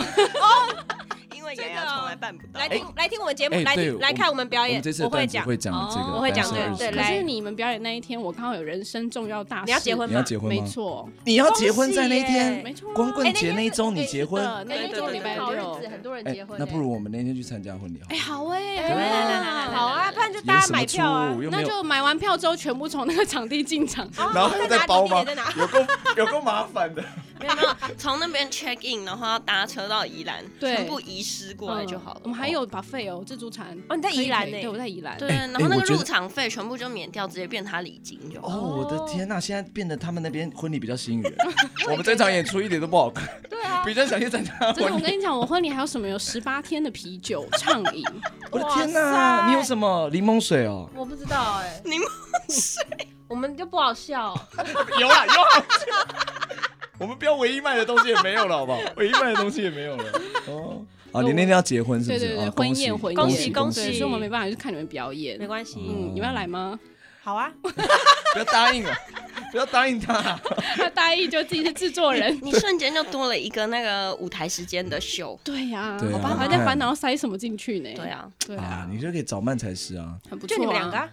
[SPEAKER 2] 因为牙
[SPEAKER 3] 真的
[SPEAKER 2] 牙
[SPEAKER 3] 哦
[SPEAKER 2] 从来办不到。
[SPEAKER 3] 来听来听我们节目，
[SPEAKER 4] 哎
[SPEAKER 3] 来
[SPEAKER 4] 对
[SPEAKER 3] 听来看我们表
[SPEAKER 4] 我
[SPEAKER 3] 演
[SPEAKER 4] 们这，次
[SPEAKER 3] 哎我
[SPEAKER 4] 的
[SPEAKER 3] 会
[SPEAKER 4] 段子
[SPEAKER 3] 讲
[SPEAKER 4] 会。讲这个，
[SPEAKER 1] 哦我会
[SPEAKER 4] 单
[SPEAKER 3] 讲
[SPEAKER 4] 身
[SPEAKER 3] 对对
[SPEAKER 4] 20
[SPEAKER 1] 可
[SPEAKER 4] 年
[SPEAKER 1] 是
[SPEAKER 3] 来
[SPEAKER 1] 你们表演那一天，我刚好有人生重要大事，
[SPEAKER 3] 你要结婚
[SPEAKER 4] 你
[SPEAKER 3] 吗
[SPEAKER 4] 要？结婚
[SPEAKER 1] 没
[SPEAKER 4] 吗？
[SPEAKER 1] 错，
[SPEAKER 4] 你要
[SPEAKER 3] 恭
[SPEAKER 4] 结婚在那
[SPEAKER 3] 喜耶
[SPEAKER 4] 天，
[SPEAKER 1] 没错啊。
[SPEAKER 4] 光棍
[SPEAKER 3] 哎那
[SPEAKER 4] 节
[SPEAKER 3] 天
[SPEAKER 4] 那一
[SPEAKER 3] 是
[SPEAKER 4] 周你
[SPEAKER 3] 对
[SPEAKER 4] 结
[SPEAKER 1] 是
[SPEAKER 4] 婚，
[SPEAKER 1] 的那
[SPEAKER 2] 对
[SPEAKER 1] 一
[SPEAKER 2] 对
[SPEAKER 1] 周
[SPEAKER 2] 对
[SPEAKER 1] 礼拜
[SPEAKER 2] 对对
[SPEAKER 1] 六，
[SPEAKER 3] 很多人
[SPEAKER 4] 哎，那不如我们那天去参加婚礼好
[SPEAKER 1] 哎，
[SPEAKER 4] 了，
[SPEAKER 1] 好哎，
[SPEAKER 3] 哎
[SPEAKER 1] 来来来来来
[SPEAKER 3] 好啊，不然就 大
[SPEAKER 4] 演
[SPEAKER 3] 家
[SPEAKER 4] 什么
[SPEAKER 3] 买
[SPEAKER 4] 出
[SPEAKER 3] 票啊。
[SPEAKER 4] 又没
[SPEAKER 1] 那
[SPEAKER 4] 有，
[SPEAKER 1] 就买完票之后，全部从那个场地进场。
[SPEAKER 3] 哦
[SPEAKER 4] 然后 还要再包吗
[SPEAKER 3] 在哪？
[SPEAKER 4] 有够有够麻烦的。
[SPEAKER 2] 没有没有，从那边 check in，然后要搭车到宜兰，
[SPEAKER 1] 对
[SPEAKER 2] 全部遗失过来就好了
[SPEAKER 1] 嗯我。们还有把费哦，自助餐。
[SPEAKER 3] 哦你在
[SPEAKER 1] 可以
[SPEAKER 3] 宜兰
[SPEAKER 1] 可以
[SPEAKER 3] 呢
[SPEAKER 1] 对，我在宜兰。
[SPEAKER 2] 对，
[SPEAKER 4] 哎
[SPEAKER 2] 然后那
[SPEAKER 4] 哎我
[SPEAKER 2] 个
[SPEAKER 4] 觉得
[SPEAKER 2] 入场费全部就免掉，直接变他礼金就好。
[SPEAKER 4] 哦，我的天呐！现在变得他们那边婚礼比较吸引人， 我们这场演出一点都不好 看，
[SPEAKER 3] 对啊，
[SPEAKER 4] 比较想去参加
[SPEAKER 1] 真的，
[SPEAKER 4] 婚
[SPEAKER 1] 我
[SPEAKER 4] 礼。
[SPEAKER 1] 跟你讲，我婚礼还有什么有十八天的啤 酒畅饮，
[SPEAKER 4] 我的
[SPEAKER 3] 哇塞
[SPEAKER 4] 天呐！你有什么柠檬水哦？
[SPEAKER 3] 我不知道哎，
[SPEAKER 2] 柠檬。
[SPEAKER 3] 我们就不好笑。
[SPEAKER 4] 有啦有 啦。我们不要唯一卖的东西也没有了，好不 好？唯一卖的东西也没有了。哦，啊，你那天要结婚是不
[SPEAKER 1] 对
[SPEAKER 4] 是？
[SPEAKER 1] 对对，
[SPEAKER 4] 啊
[SPEAKER 1] 婚宴婚
[SPEAKER 4] 恭喜
[SPEAKER 1] 宴，
[SPEAKER 3] 恭
[SPEAKER 4] 喜
[SPEAKER 3] 喜恭
[SPEAKER 1] 对
[SPEAKER 3] 喜
[SPEAKER 1] 所以我们没办法去看你们表演
[SPEAKER 3] 没。关系，
[SPEAKER 1] 嗯，你们要来吗？
[SPEAKER 3] 好啊，
[SPEAKER 4] 不要答应啊！ 不要答应他。
[SPEAKER 1] 他大意就自己是制作人
[SPEAKER 2] 你瞬间就多了一个那个舞台时间的秀。
[SPEAKER 1] 对呀，
[SPEAKER 4] 对啊
[SPEAKER 1] 我爸还在烦恼塞什么进去呢？
[SPEAKER 2] 对，啊，
[SPEAKER 1] 对
[SPEAKER 4] 啊
[SPEAKER 1] 啊，，
[SPEAKER 4] 你就可以找慢才师啊！
[SPEAKER 1] 很不错。
[SPEAKER 3] 就你们两个，啊，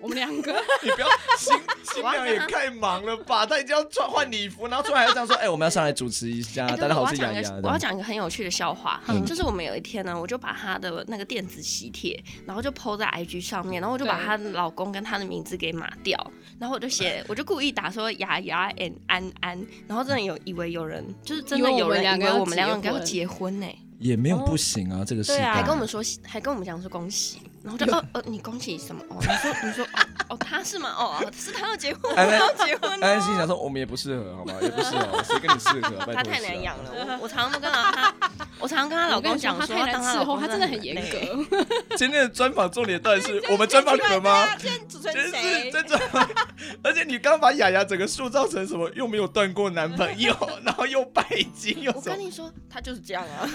[SPEAKER 1] 我们两个，
[SPEAKER 4] 你不要新新娘也太忙了吧？她已经要穿换礼服，然后出来还要这样说：“哎，我们要上来主持一下，
[SPEAKER 2] 哎对
[SPEAKER 4] 啊大家好，
[SPEAKER 2] 我
[SPEAKER 4] 我
[SPEAKER 2] 要
[SPEAKER 4] 是
[SPEAKER 2] 讲
[SPEAKER 4] 雅
[SPEAKER 2] 一
[SPEAKER 4] 雅。”
[SPEAKER 2] 个，我要讲一个很有趣的笑话
[SPEAKER 4] 嗯，
[SPEAKER 2] 就是我们有一天呢，我就把她的那个电子喜帖，然后就 PO 在 IG 上面，然后我就把
[SPEAKER 1] 对
[SPEAKER 2] 她的老公跟她的名字给码掉，然后我就写， 我就故意打说雅雅 and 安安，然后真的有以为有人，就是真的
[SPEAKER 1] 以为
[SPEAKER 2] 有
[SPEAKER 1] 我们
[SPEAKER 2] 人
[SPEAKER 1] 两
[SPEAKER 2] 以
[SPEAKER 1] 个
[SPEAKER 2] 为
[SPEAKER 1] 要
[SPEAKER 2] 我们两
[SPEAKER 1] 结
[SPEAKER 2] 个要
[SPEAKER 1] 婚
[SPEAKER 2] 结婚呢，
[SPEAKER 4] 也没有不行啊，这个时
[SPEAKER 3] 对
[SPEAKER 4] 代
[SPEAKER 3] 啊
[SPEAKER 2] 还跟
[SPEAKER 1] 嗯
[SPEAKER 2] 我们说，还跟我们讲说恭喜，然后就呃呃，你恭喜什么？哦，你说你说哦哦，他是吗？哦哦，是他要结婚，我
[SPEAKER 1] 哎
[SPEAKER 4] 安安
[SPEAKER 2] 要结婚
[SPEAKER 4] 安安
[SPEAKER 2] 哦。
[SPEAKER 4] 心想说，我们也不适合，好吗？也不适合，谁跟你适合？拜托
[SPEAKER 2] 他太难
[SPEAKER 4] 谁啊
[SPEAKER 2] 养了，我我常常都跟他，我常常跟她
[SPEAKER 1] 嗯
[SPEAKER 2] 老
[SPEAKER 1] 我跟
[SPEAKER 2] 公
[SPEAKER 1] 你
[SPEAKER 2] 讲
[SPEAKER 1] 他
[SPEAKER 2] 说，
[SPEAKER 1] 太难
[SPEAKER 2] 当她
[SPEAKER 1] 伺
[SPEAKER 2] 老
[SPEAKER 1] 候，
[SPEAKER 2] 公
[SPEAKER 1] 他真的很严
[SPEAKER 2] 累。
[SPEAKER 1] 格。
[SPEAKER 4] 今天的专访重点到底是我们专访你们 吗？
[SPEAKER 3] 今天主持
[SPEAKER 4] 就
[SPEAKER 3] 人
[SPEAKER 4] 是
[SPEAKER 3] 谁？
[SPEAKER 4] 这种， 而且你刚把雅雅整个塑造成什么？又没有断过男朋友，然后又拜金，又
[SPEAKER 2] 我
[SPEAKER 4] 什
[SPEAKER 2] 跟
[SPEAKER 4] 么？
[SPEAKER 2] 你说，他就是这样啊！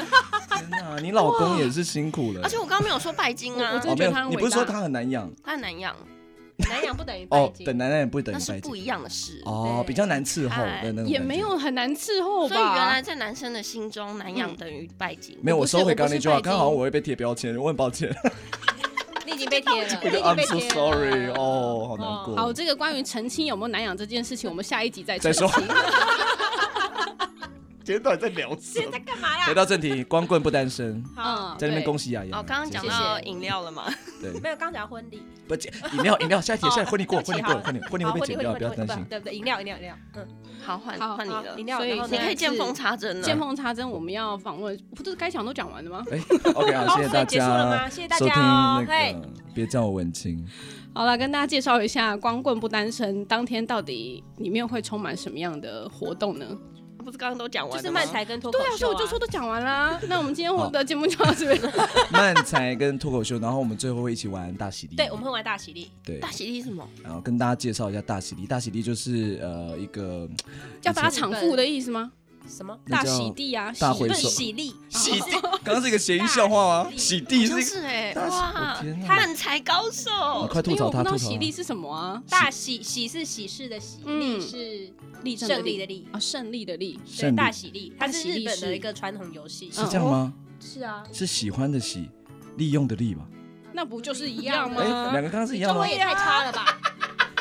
[SPEAKER 4] 天哪，你老公也是辛苦了哦
[SPEAKER 2] 而且我刚刚没有说拜金
[SPEAKER 1] 我
[SPEAKER 2] 啊
[SPEAKER 1] 我，真的觉得他很伟大
[SPEAKER 4] 你不是说他很难养
[SPEAKER 2] 他很难养，
[SPEAKER 3] 南洋不等于拜
[SPEAKER 4] 哦？
[SPEAKER 3] 金
[SPEAKER 4] 等男人也不等
[SPEAKER 2] 那
[SPEAKER 4] 于
[SPEAKER 2] 是
[SPEAKER 4] 拜
[SPEAKER 2] 不
[SPEAKER 4] 金
[SPEAKER 2] 一样的事。
[SPEAKER 4] 哦，
[SPEAKER 3] 对
[SPEAKER 4] 比较难伺候
[SPEAKER 2] 哎
[SPEAKER 4] 的那种，
[SPEAKER 1] 也没。有很难伺候
[SPEAKER 2] 所以原
[SPEAKER 1] 吧？
[SPEAKER 2] 来在男生的心中，难养等于拜金。
[SPEAKER 4] 没有，我
[SPEAKER 1] 不是
[SPEAKER 4] 收回
[SPEAKER 1] 我
[SPEAKER 4] 刚刚
[SPEAKER 1] 不是
[SPEAKER 4] 那句话，
[SPEAKER 1] 拜金
[SPEAKER 4] 刚好我会被贴标签，我很抱歉。
[SPEAKER 3] 你已经被贴了，你
[SPEAKER 4] 我就
[SPEAKER 3] 已经
[SPEAKER 4] I'm
[SPEAKER 3] 被
[SPEAKER 4] so
[SPEAKER 3] 贴了嗯
[SPEAKER 4] sorry，哦，好难过。
[SPEAKER 1] 好，这个关于澄清有没有难养这件事情，我们下一集再
[SPEAKER 4] 再
[SPEAKER 1] 澄
[SPEAKER 4] 说
[SPEAKER 1] 清。
[SPEAKER 4] 哎 今天到底在聊什
[SPEAKER 3] 现
[SPEAKER 4] 么
[SPEAKER 3] 在？干嘛
[SPEAKER 4] 回
[SPEAKER 3] 呀？
[SPEAKER 4] 到正题，光棍不单身，
[SPEAKER 3] 好，
[SPEAKER 1] 嗯，
[SPEAKER 4] 在那边
[SPEAKER 1] 对
[SPEAKER 4] 恭喜雅雅。
[SPEAKER 2] 哦，刚刚讲
[SPEAKER 4] 谢谢
[SPEAKER 2] 到饮料了嘛，
[SPEAKER 4] 对，
[SPEAKER 3] 没有，刚讲婚礼，
[SPEAKER 4] 不饮料饮料，下一题
[SPEAKER 3] 哦
[SPEAKER 4] 下一题婚礼过
[SPEAKER 3] 对不起
[SPEAKER 4] 婚礼过
[SPEAKER 3] 好
[SPEAKER 4] 婚礼婚礼
[SPEAKER 3] 好
[SPEAKER 4] 会被
[SPEAKER 3] 婚礼
[SPEAKER 4] 剪掉，
[SPEAKER 3] 婚
[SPEAKER 4] 不
[SPEAKER 3] 礼
[SPEAKER 4] 要
[SPEAKER 3] 婚礼
[SPEAKER 4] 担
[SPEAKER 3] 不
[SPEAKER 4] 心。
[SPEAKER 3] 对不对，饮料饮料饮料，嗯，
[SPEAKER 2] 好换
[SPEAKER 1] 好
[SPEAKER 2] 换你
[SPEAKER 3] 好
[SPEAKER 2] 了
[SPEAKER 3] 饮，料，
[SPEAKER 1] 所以
[SPEAKER 3] 然后
[SPEAKER 2] 你
[SPEAKER 3] 呢
[SPEAKER 2] 可以见缝插针
[SPEAKER 1] 见
[SPEAKER 2] 了。
[SPEAKER 1] 缝插针，我们要访问，不是该讲都讲完了吗？
[SPEAKER 4] 哎，OK，好，
[SPEAKER 3] 好
[SPEAKER 4] 谢
[SPEAKER 3] 所
[SPEAKER 4] 谢
[SPEAKER 3] 以
[SPEAKER 4] 大
[SPEAKER 3] 结束了吗
[SPEAKER 4] 家
[SPEAKER 3] 谢谢大
[SPEAKER 4] 收
[SPEAKER 3] 家
[SPEAKER 4] 听
[SPEAKER 3] 哦
[SPEAKER 4] 那
[SPEAKER 3] 嘿
[SPEAKER 4] 个，别叫我文青，
[SPEAKER 1] 好了，跟大家介绍一下光棍不单身当天到底里面会充满什么样的活动呢？
[SPEAKER 2] 不是刚刚都讲完
[SPEAKER 3] 就
[SPEAKER 2] 了
[SPEAKER 3] 是
[SPEAKER 2] 吗
[SPEAKER 3] 漫才跟脱口
[SPEAKER 1] 对啊，所
[SPEAKER 3] 秀啊，
[SPEAKER 1] 以我就说都讲完啦。 那我们今天我的节目就到这 边。
[SPEAKER 4] 漫才跟脱口秀，然后我们最后会一起玩大喜力。
[SPEAKER 3] 对，我们会玩大喜力，
[SPEAKER 4] 对
[SPEAKER 2] 大，喜力是什么？
[SPEAKER 4] 然后跟大家介绍一下大喜力。大喜力就是呃一
[SPEAKER 3] 哦
[SPEAKER 4] 个
[SPEAKER 1] 要打场腹的意思吗？
[SPEAKER 3] 什么？
[SPEAKER 4] 那
[SPEAKER 1] 大
[SPEAKER 4] 叫
[SPEAKER 1] 喜地啊，喜
[SPEAKER 4] 大
[SPEAKER 3] 不
[SPEAKER 4] 回
[SPEAKER 3] 是
[SPEAKER 4] 收
[SPEAKER 3] 喜力，
[SPEAKER 4] 洗地，刚刚是一个谐音笑话吗
[SPEAKER 3] 大？喜
[SPEAKER 4] 洗地
[SPEAKER 2] 好像
[SPEAKER 4] 是一
[SPEAKER 2] 是 哎，
[SPEAKER 4] 大喜
[SPEAKER 2] 哇
[SPEAKER 4] 我天，哪
[SPEAKER 2] 漫才高
[SPEAKER 4] 个，你
[SPEAKER 2] 手，
[SPEAKER 4] 快吐
[SPEAKER 1] 因为
[SPEAKER 4] 槽
[SPEAKER 1] 我不
[SPEAKER 4] 他，
[SPEAKER 1] 知道
[SPEAKER 4] 吐槽
[SPEAKER 1] 喜
[SPEAKER 4] 他
[SPEAKER 1] 力是什么啊？
[SPEAKER 3] 大喜喜是喜事的喜，
[SPEAKER 1] 嗯
[SPEAKER 3] 力是
[SPEAKER 1] 力正
[SPEAKER 3] 胜利
[SPEAKER 1] 力
[SPEAKER 3] 的力。
[SPEAKER 1] 啊，胜利的利。
[SPEAKER 3] 对，
[SPEAKER 4] 胜利
[SPEAKER 3] 大喜力，它是日
[SPEAKER 1] 大
[SPEAKER 3] 本
[SPEAKER 1] 喜力
[SPEAKER 3] 的
[SPEAKER 1] 是
[SPEAKER 3] 一个传统游戏。
[SPEAKER 4] 是这样吗？
[SPEAKER 3] 是啊，
[SPEAKER 4] 是喜欢的喜，利用的利吧？
[SPEAKER 1] 那不就是一样
[SPEAKER 4] 哎，两
[SPEAKER 1] 吗？
[SPEAKER 4] 个刚刚是一样
[SPEAKER 3] 中
[SPEAKER 4] 吗
[SPEAKER 3] 文也太差了吧？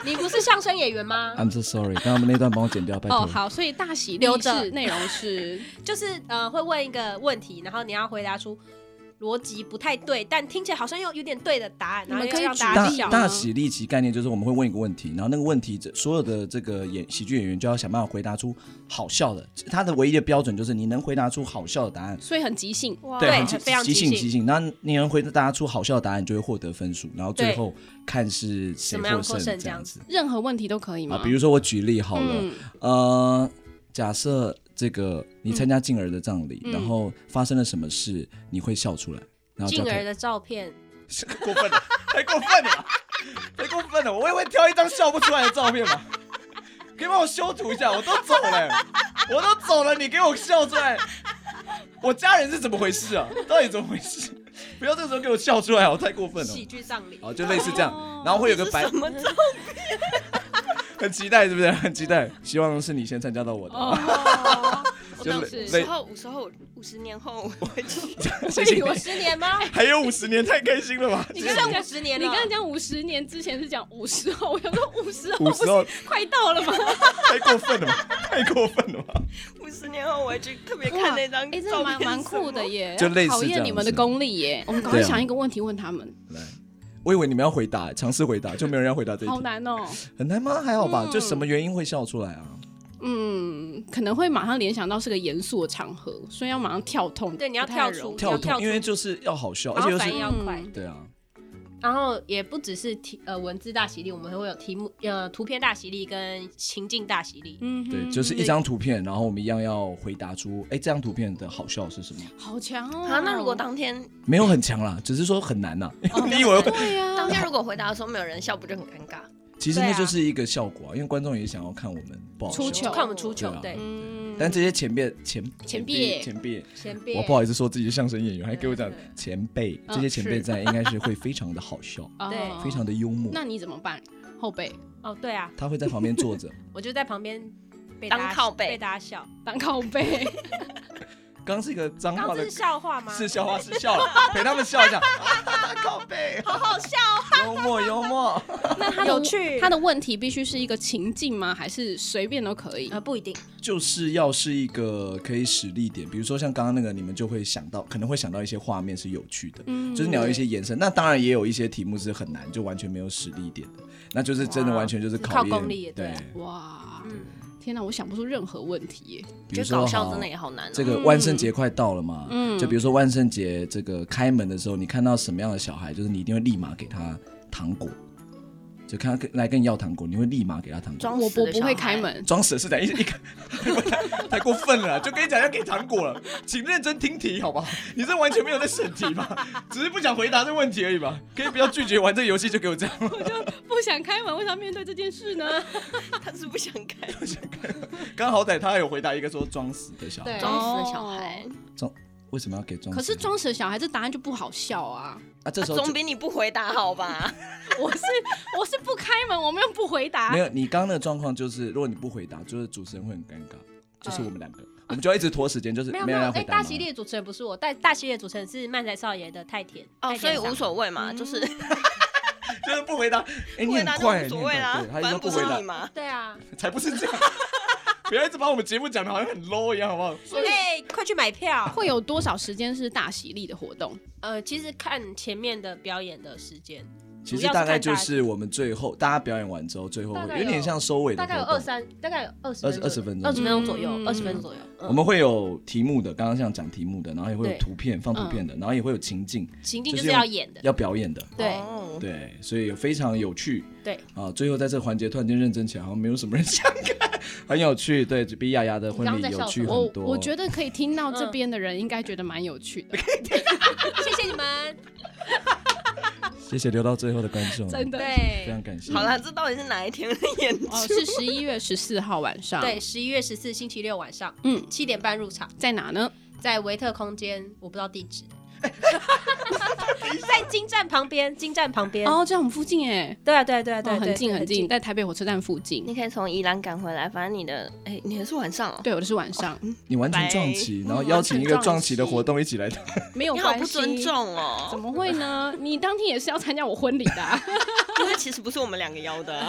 [SPEAKER 3] 你不是相声演员吗？
[SPEAKER 4] ？I'm so sorry，刚刚那段帮我剪掉，拜
[SPEAKER 1] 哦，
[SPEAKER 4] 托。
[SPEAKER 1] 好，所以大喜力
[SPEAKER 3] 留着
[SPEAKER 1] 是内容是
[SPEAKER 3] 就是呃，会问一个问题，然后你要回答出逻辑不太对，但听起来好像又有点对的答案，
[SPEAKER 1] 你
[SPEAKER 3] 然
[SPEAKER 1] 们
[SPEAKER 3] 后又
[SPEAKER 1] 可以
[SPEAKER 3] 让大
[SPEAKER 1] 举
[SPEAKER 3] 家
[SPEAKER 1] 例
[SPEAKER 3] 笑
[SPEAKER 1] 啊。
[SPEAKER 4] 大大喜利奇概念就是我们会问一个问题，然后那个问题这所有的这个演喜剧演员就要想办法回答出好笑的，他的唯一的标准就是你能回答出好笑的答案。
[SPEAKER 1] 所以很即兴。
[SPEAKER 2] 哇
[SPEAKER 3] 对
[SPEAKER 4] 很即
[SPEAKER 3] 非常
[SPEAKER 4] 即
[SPEAKER 3] 即
[SPEAKER 4] 兴
[SPEAKER 3] 兴
[SPEAKER 4] 即兴，然后你能回答出好笑的答案，你就会获得分数，然后最
[SPEAKER 3] 对
[SPEAKER 4] 后看是谁
[SPEAKER 3] 怎么样
[SPEAKER 4] 获
[SPEAKER 3] 获胜
[SPEAKER 4] 这
[SPEAKER 3] 这
[SPEAKER 4] 样
[SPEAKER 3] 样
[SPEAKER 4] 子
[SPEAKER 1] 任何问题都可以吗？
[SPEAKER 4] 啊。比如说我举例好了，
[SPEAKER 1] 嗯，
[SPEAKER 4] 呃，假设这个你参加静儿的葬礼，
[SPEAKER 1] 嗯
[SPEAKER 4] 然后发生了什么事，你会笑出来，然后就
[SPEAKER 3] 静
[SPEAKER 4] 要
[SPEAKER 3] 儿
[SPEAKER 4] 开
[SPEAKER 3] 的照片，
[SPEAKER 4] 是过分了， 太过分了， 太过分了！我也会挑一张笑不出来的照片嘛？ 可以帮我修图一下，我都走了、 我都走了，你给我笑出来，我家人是怎么回事啊？到底怎么回事？不要这时候给我笑出来哦，太过分了
[SPEAKER 3] 喜。剧葬礼，
[SPEAKER 4] 好，就类似这样，然后会有个白，
[SPEAKER 2] 什 么照？
[SPEAKER 4] 很期待，是不是？很期待，希望是你先参加到我的，
[SPEAKER 1] 哦，
[SPEAKER 4] 就
[SPEAKER 1] 倒
[SPEAKER 4] 类
[SPEAKER 1] 是
[SPEAKER 2] 五
[SPEAKER 4] 类
[SPEAKER 2] 十后，五十后，五十年后，我会 去。
[SPEAKER 4] 谢谢你
[SPEAKER 3] 我十年吗？
[SPEAKER 4] 还有五十年，太开心了吧？
[SPEAKER 3] 你
[SPEAKER 4] 谢谢
[SPEAKER 3] 看
[SPEAKER 4] 你
[SPEAKER 3] 上我十年
[SPEAKER 1] 你
[SPEAKER 3] 了，
[SPEAKER 1] 刚刚讲五十年之前是讲五十后，我想说五十后
[SPEAKER 4] 五
[SPEAKER 1] 不
[SPEAKER 4] 十
[SPEAKER 1] 是
[SPEAKER 4] 后
[SPEAKER 1] 快到了吗？
[SPEAKER 4] 太过分了吧？太过分了吧？
[SPEAKER 2] 五十年后，我会去特别 看那张照
[SPEAKER 1] 哎，
[SPEAKER 2] 片
[SPEAKER 1] 这
[SPEAKER 2] 是什么，
[SPEAKER 1] 蛮蛮酷的耶，
[SPEAKER 4] 就类似
[SPEAKER 1] 考
[SPEAKER 4] 这样
[SPEAKER 1] 验你们的
[SPEAKER 4] 子
[SPEAKER 1] 功力耶。我们赶
[SPEAKER 4] 对
[SPEAKER 1] 快
[SPEAKER 4] 啊
[SPEAKER 1] 想一个问题问他们，
[SPEAKER 4] 来，我以为你们要回答，尝试回答，就没有人要回答这一
[SPEAKER 1] 好
[SPEAKER 4] 题，
[SPEAKER 1] 难哦。
[SPEAKER 4] 很难吗？还好吧，
[SPEAKER 1] 嗯
[SPEAKER 4] 就什么原因会笑出来啊？
[SPEAKER 1] 嗯，可能会马上联想到是个严肃的场合，所以要马上跳痛。
[SPEAKER 3] 对你要
[SPEAKER 1] 不太
[SPEAKER 3] 跳出
[SPEAKER 1] 容易
[SPEAKER 4] 跳
[SPEAKER 3] 跳
[SPEAKER 4] 痛，
[SPEAKER 3] 出
[SPEAKER 4] 因为就是要好笑，而
[SPEAKER 3] 然后
[SPEAKER 4] 且又
[SPEAKER 3] 反应
[SPEAKER 4] 是
[SPEAKER 3] 要快，
[SPEAKER 1] 嗯
[SPEAKER 4] 对啊，
[SPEAKER 3] 然后也不只是题呃文字大洗礼，我们会有题目呃图片大洗礼跟情境大洗礼。
[SPEAKER 1] 嗯哼，
[SPEAKER 4] 对，就是一张图片，然后我们一样要回答出，哎，这张图片的好笑是什么？
[SPEAKER 1] 好强哦。
[SPEAKER 2] 啊，那如果当天
[SPEAKER 4] 没有很强啦，只是说很难呐。啊 你以
[SPEAKER 3] 我
[SPEAKER 4] 为
[SPEAKER 1] 对啊呀，
[SPEAKER 2] 当天如果回答的时候没有人笑，不就很尴尬？
[SPEAKER 4] 其实
[SPEAKER 3] 对
[SPEAKER 4] 那
[SPEAKER 3] 啊
[SPEAKER 4] 就是一个效果啊，因为观众也想要看我们不好
[SPEAKER 1] 出糗
[SPEAKER 4] 笑。
[SPEAKER 3] 看我们出糗，
[SPEAKER 4] 对啊
[SPEAKER 3] 对，
[SPEAKER 1] 嗯
[SPEAKER 4] 但这些前辈、前
[SPEAKER 1] 前
[SPEAKER 4] 辈、
[SPEAKER 1] 辈
[SPEAKER 4] 前辈，
[SPEAKER 3] 前辈
[SPEAKER 4] 我不好意思说自己是相声演员，还给我讲
[SPEAKER 3] 对对
[SPEAKER 4] 前辈，
[SPEAKER 1] 嗯
[SPEAKER 4] 这些前辈
[SPEAKER 1] 是
[SPEAKER 4] 在应该是会非常的好笑，
[SPEAKER 3] 对
[SPEAKER 1] 哦
[SPEAKER 4] 非常的幽默。
[SPEAKER 1] 那你怎么办？后背
[SPEAKER 3] 哦，对啊，
[SPEAKER 4] 他会在旁边坐着。
[SPEAKER 3] 我就在旁边被
[SPEAKER 2] 当
[SPEAKER 3] 大家
[SPEAKER 2] 靠背
[SPEAKER 3] 被大家笑。
[SPEAKER 1] 当靠背，
[SPEAKER 4] 刚是一个脏
[SPEAKER 3] 刚
[SPEAKER 4] 话
[SPEAKER 3] 刚
[SPEAKER 4] 的
[SPEAKER 3] 这是，笑话吗？
[SPEAKER 4] 是笑话，是笑了，陪他们笑一下。 啊靠背，
[SPEAKER 3] 好好笑，
[SPEAKER 4] 幽默幽默。
[SPEAKER 1] 那他的
[SPEAKER 3] 有趣。
[SPEAKER 1] 他的问题必须是一个情境吗？还是随便都可以？
[SPEAKER 3] 呃不一定，
[SPEAKER 4] 就是要是一个可以使力点，比如说像刚刚那个，你们就会想到，可能会想到一些画面是有趣的，
[SPEAKER 1] 嗯
[SPEAKER 4] 就是你要有一些延伸。那当然也有一些题目是很难，就完全没有使力点的，那就是真的
[SPEAKER 2] 哇
[SPEAKER 4] 完全就是
[SPEAKER 3] 靠
[SPEAKER 4] 验
[SPEAKER 3] 功力也对
[SPEAKER 4] 对
[SPEAKER 3] 啊。
[SPEAKER 1] 哇，
[SPEAKER 3] 嗯，
[SPEAKER 1] 天哪，我想不出任何问题耶。
[SPEAKER 4] 比
[SPEAKER 2] 觉得
[SPEAKER 4] 如说
[SPEAKER 2] 搞笑
[SPEAKER 4] 好
[SPEAKER 2] 真的也好难、哦。
[SPEAKER 4] 这个
[SPEAKER 1] 嗯
[SPEAKER 4] 万圣节快到了嘛，
[SPEAKER 1] 嗯
[SPEAKER 4] 就比如说万圣节这个开门的时候，你看到什么样的小孩，就是你一定会立马给他糖果，就看他跟来跟你要糖果，你会立马给他糖果。
[SPEAKER 2] 装
[SPEAKER 1] 我
[SPEAKER 2] 死
[SPEAKER 1] 我
[SPEAKER 2] 的
[SPEAKER 1] 不
[SPEAKER 2] 小
[SPEAKER 1] 会
[SPEAKER 2] 孩
[SPEAKER 1] 开， 门，
[SPEAKER 4] 装死是怎样？一一个太过分了，就跟你讲要给糖果了，请认真听题好不好？你这完全没有在审题吧？只是不想回答这问题而已吧？可以不要拒绝玩这个游戏就给我这样吗？
[SPEAKER 1] 不想开门，为啥面对这件事 呢？
[SPEAKER 2] 他是不想开，
[SPEAKER 4] 刚好歹他还有回答一个说装死的小孩
[SPEAKER 3] 对，
[SPEAKER 2] 装死的小孩，
[SPEAKER 4] 为什么要给装
[SPEAKER 1] 可
[SPEAKER 4] 死？
[SPEAKER 1] 是装死的小孩这答案就不好笑啊！
[SPEAKER 4] 啊，这时候就
[SPEAKER 2] 总比你不回答好吧？
[SPEAKER 1] 我是我是不开门，我们又不回
[SPEAKER 3] 啊
[SPEAKER 1] 答
[SPEAKER 4] 没。有，你刚刚那个状况就是，如果你不回答，就是主持人会很尴尬，就是我们两个，我们就要一直拖时间，就是
[SPEAKER 3] 嗯没有
[SPEAKER 4] 没
[SPEAKER 3] 没有，
[SPEAKER 4] 人来
[SPEAKER 3] 哎，
[SPEAKER 4] 回答
[SPEAKER 3] 大
[SPEAKER 4] 嘛。
[SPEAKER 3] 系列主持人不是我，但大系列主持人是漫才少爷的太田
[SPEAKER 2] 哦，所以无
[SPEAKER 3] 谓。
[SPEAKER 2] 所谓嘛，就是
[SPEAKER 4] 嗯就是不回答，哎，
[SPEAKER 2] 不
[SPEAKER 4] 你
[SPEAKER 2] 回
[SPEAKER 4] 很
[SPEAKER 2] 答就
[SPEAKER 4] 快，
[SPEAKER 2] 无
[SPEAKER 4] 你
[SPEAKER 2] 所
[SPEAKER 4] 很
[SPEAKER 2] 谓
[SPEAKER 4] 快
[SPEAKER 2] 啦
[SPEAKER 4] 对，他
[SPEAKER 2] 反
[SPEAKER 4] 一
[SPEAKER 2] 正
[SPEAKER 4] 定
[SPEAKER 2] 不
[SPEAKER 4] 不
[SPEAKER 2] 是
[SPEAKER 4] 回答
[SPEAKER 2] 你，嘛。
[SPEAKER 3] 对啊，
[SPEAKER 4] 才不是这样， 不要一直把我们节目讲的好像很 low 一样，好不好？
[SPEAKER 3] 哎，快去买票。
[SPEAKER 1] 会有多少时间是大喜力的活动？
[SPEAKER 3] 呃，其实看前面的表演的时间，
[SPEAKER 4] 其
[SPEAKER 3] 主
[SPEAKER 4] 实
[SPEAKER 3] 要
[SPEAKER 4] 大
[SPEAKER 3] 是
[SPEAKER 4] 概
[SPEAKER 3] 看
[SPEAKER 4] 就
[SPEAKER 3] 大
[SPEAKER 4] 是我们最后大家表演完之后，最后
[SPEAKER 3] 大概
[SPEAKER 4] 会有点
[SPEAKER 3] 有
[SPEAKER 4] 像收尾的
[SPEAKER 3] 大概有
[SPEAKER 4] 活
[SPEAKER 3] 二
[SPEAKER 4] 动。
[SPEAKER 3] 三，大概有二十
[SPEAKER 4] 20 20分钟
[SPEAKER 3] 二十分钟左右，
[SPEAKER 1] 嗯
[SPEAKER 3] 二十分钟左右。嗯
[SPEAKER 4] 我们会有题目的，刚刚像讲题目的，然后也会有
[SPEAKER 3] 对嗯
[SPEAKER 4] 图片放图片的，然后也会有情境
[SPEAKER 3] 情境
[SPEAKER 4] 就
[SPEAKER 3] 就是是要演的，
[SPEAKER 4] 要表演的，
[SPEAKER 3] 对
[SPEAKER 2] 哦
[SPEAKER 4] 对，所以非常有趣。
[SPEAKER 3] 对
[SPEAKER 4] 啊，最后在这个环节突然间认真起来，好像没有什么人想看，很有趣。对，比雅雅的婚
[SPEAKER 3] 你
[SPEAKER 4] 礼
[SPEAKER 3] 刚刚在
[SPEAKER 4] 有
[SPEAKER 3] 笑
[SPEAKER 4] 趣
[SPEAKER 3] 什
[SPEAKER 1] 我
[SPEAKER 4] 很多。
[SPEAKER 1] 我觉得可以听到这边的人应该觉得蛮有趣的，
[SPEAKER 3] 谢谢你们。
[SPEAKER 4] 谢谢留到最后的观众，
[SPEAKER 1] 真 的。
[SPEAKER 4] 非
[SPEAKER 3] 对
[SPEAKER 4] 常感谢。
[SPEAKER 2] 好啦，，这到底是哪一天的演出？
[SPEAKER 1] 哦，是十一月十四号晚上。
[SPEAKER 3] 对，，十一月十四星期六晚上，
[SPEAKER 1] 嗯，
[SPEAKER 3] 七点半入场，
[SPEAKER 1] 在哪呢？
[SPEAKER 3] 在维特空间，我不知道地址，在金站旁边，金站旁边。
[SPEAKER 1] 哦，在我们附近哎，
[SPEAKER 3] 对啊，对啊，对啊，
[SPEAKER 1] 哦
[SPEAKER 3] 对啊，对啊
[SPEAKER 1] 很近很近，。在台北火车站附近。
[SPEAKER 2] 你可以从宜兰赶回来，反正你的哎、你的是晚上哦。
[SPEAKER 1] 对，我的是晚上，
[SPEAKER 4] 你完全撞期，然后邀请一个撞期的活动一起来。
[SPEAKER 1] 没有
[SPEAKER 2] 你好
[SPEAKER 1] 关系。
[SPEAKER 2] 不尊重哦
[SPEAKER 1] 怎，么会呢？ 你当天也是要参加我婚礼的啊、
[SPEAKER 2] 因为其实不是我们两个邀的啊、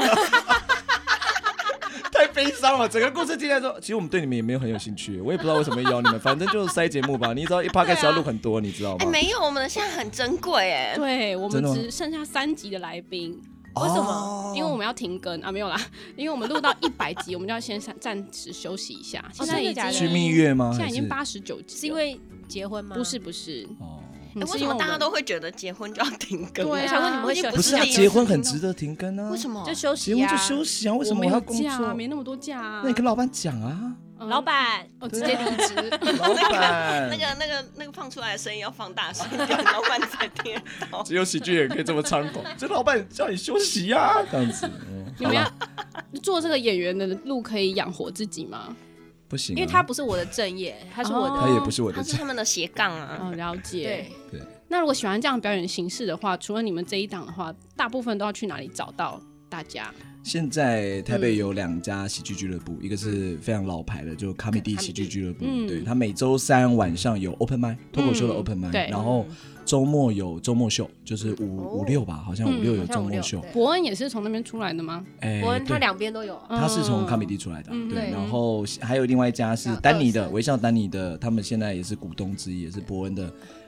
[SPEAKER 4] 太悲悲伤了。整个故事听来说，其实我们对你们也没有很有兴趣，我也不知道为什么要你们，反正就是塞节目吧。你知道一 p 开始要录很多，你知道
[SPEAKER 2] 哎，
[SPEAKER 4] 吗？
[SPEAKER 2] 没有，我们的现在很珍贵哎。
[SPEAKER 1] 对啊我
[SPEAKER 4] 真
[SPEAKER 1] 们
[SPEAKER 4] 的吗
[SPEAKER 1] 只剩下三集的来宾，
[SPEAKER 4] 为
[SPEAKER 1] 为什么？因为我们要停更啊，没有啦，因为我们录到一百集，我们就要先暂暂时休息一下。现在
[SPEAKER 3] 真的
[SPEAKER 1] 已经、
[SPEAKER 3] 假的
[SPEAKER 4] 去蜜月吗？
[SPEAKER 1] 现在已
[SPEAKER 4] 还
[SPEAKER 1] 经
[SPEAKER 4] 是
[SPEAKER 1] 八十九集了，
[SPEAKER 3] 是因为结婚吗？
[SPEAKER 1] 不是不是，
[SPEAKER 4] 哦，
[SPEAKER 1] 嗯
[SPEAKER 2] 哎
[SPEAKER 1] 是
[SPEAKER 2] 为什
[SPEAKER 1] 因
[SPEAKER 2] 么
[SPEAKER 1] 我
[SPEAKER 2] 大家
[SPEAKER 1] 们
[SPEAKER 2] 都会觉得结婚就要停更？
[SPEAKER 1] 对啊
[SPEAKER 3] 我想说你们会
[SPEAKER 2] 已经
[SPEAKER 3] 选
[SPEAKER 2] 不
[SPEAKER 4] 不是啊，
[SPEAKER 2] 第一
[SPEAKER 4] 结婚
[SPEAKER 2] 次
[SPEAKER 4] 很
[SPEAKER 2] 听到
[SPEAKER 4] 值得停更啊。
[SPEAKER 2] 为什么？
[SPEAKER 3] 就休息
[SPEAKER 4] 结
[SPEAKER 3] 呀
[SPEAKER 4] 婚就休息啊？为什
[SPEAKER 1] 我
[SPEAKER 4] 么我
[SPEAKER 1] 没有
[SPEAKER 4] 还要工
[SPEAKER 1] 假啊，
[SPEAKER 4] 作？
[SPEAKER 1] 没那么多假啊。
[SPEAKER 4] 那你跟老板讲啊，
[SPEAKER 1] 嗯啊
[SPEAKER 3] 老，板，
[SPEAKER 1] 我直接离职。
[SPEAKER 4] 老板
[SPEAKER 2] 那个、那个、那个放出来的声音要放大声一点，老板才听得 到。
[SPEAKER 4] 只有喜剧演员可以这么猖狂，这老板叫你休息呀、啊，这样子。嗯、
[SPEAKER 1] 你们要 做这个演员的路可以养活自己吗？
[SPEAKER 4] 不行、啊
[SPEAKER 3] 因为他不是我的正业，他是我的。
[SPEAKER 1] 哦
[SPEAKER 4] 他也不是我的
[SPEAKER 2] 他是他们的斜杠啊，
[SPEAKER 1] 嗯，了解。
[SPEAKER 3] 对，
[SPEAKER 1] 那如果喜欢这样表演形式的话，除了你们这一档的话，大部分都要去哪里找到大家？
[SPEAKER 4] 现在台北有两家喜剧俱乐部，一个是非常老牌的，就 Comedy 喜剧俱乐部，
[SPEAKER 1] 嗯
[SPEAKER 4] 对，它每周三晚上有 Open m i 脱口秀的 Open m i
[SPEAKER 1] 对
[SPEAKER 4] 然后周末有周末秀，就是五、
[SPEAKER 2] 哦
[SPEAKER 4] 五六吧，好像
[SPEAKER 1] 嗯
[SPEAKER 4] 五六有
[SPEAKER 3] 好像
[SPEAKER 4] 周
[SPEAKER 3] 五
[SPEAKER 4] 末
[SPEAKER 3] 六
[SPEAKER 4] 秀，
[SPEAKER 3] 对
[SPEAKER 1] 伯恩也是从那边出来的吗？
[SPEAKER 4] 哎、
[SPEAKER 3] 伯恩他
[SPEAKER 4] 对
[SPEAKER 3] 两边都有啊，
[SPEAKER 4] 他是
[SPEAKER 1] 嗯
[SPEAKER 4] 从 comedy 出来的啊，
[SPEAKER 1] 嗯
[SPEAKER 4] 对，
[SPEAKER 3] 对
[SPEAKER 4] 然后还有另外一家是丹尼
[SPEAKER 3] 叫二
[SPEAKER 4] 的
[SPEAKER 3] 三
[SPEAKER 4] 微笑丹尼的，他们现在也是股东之一，也是伯恩的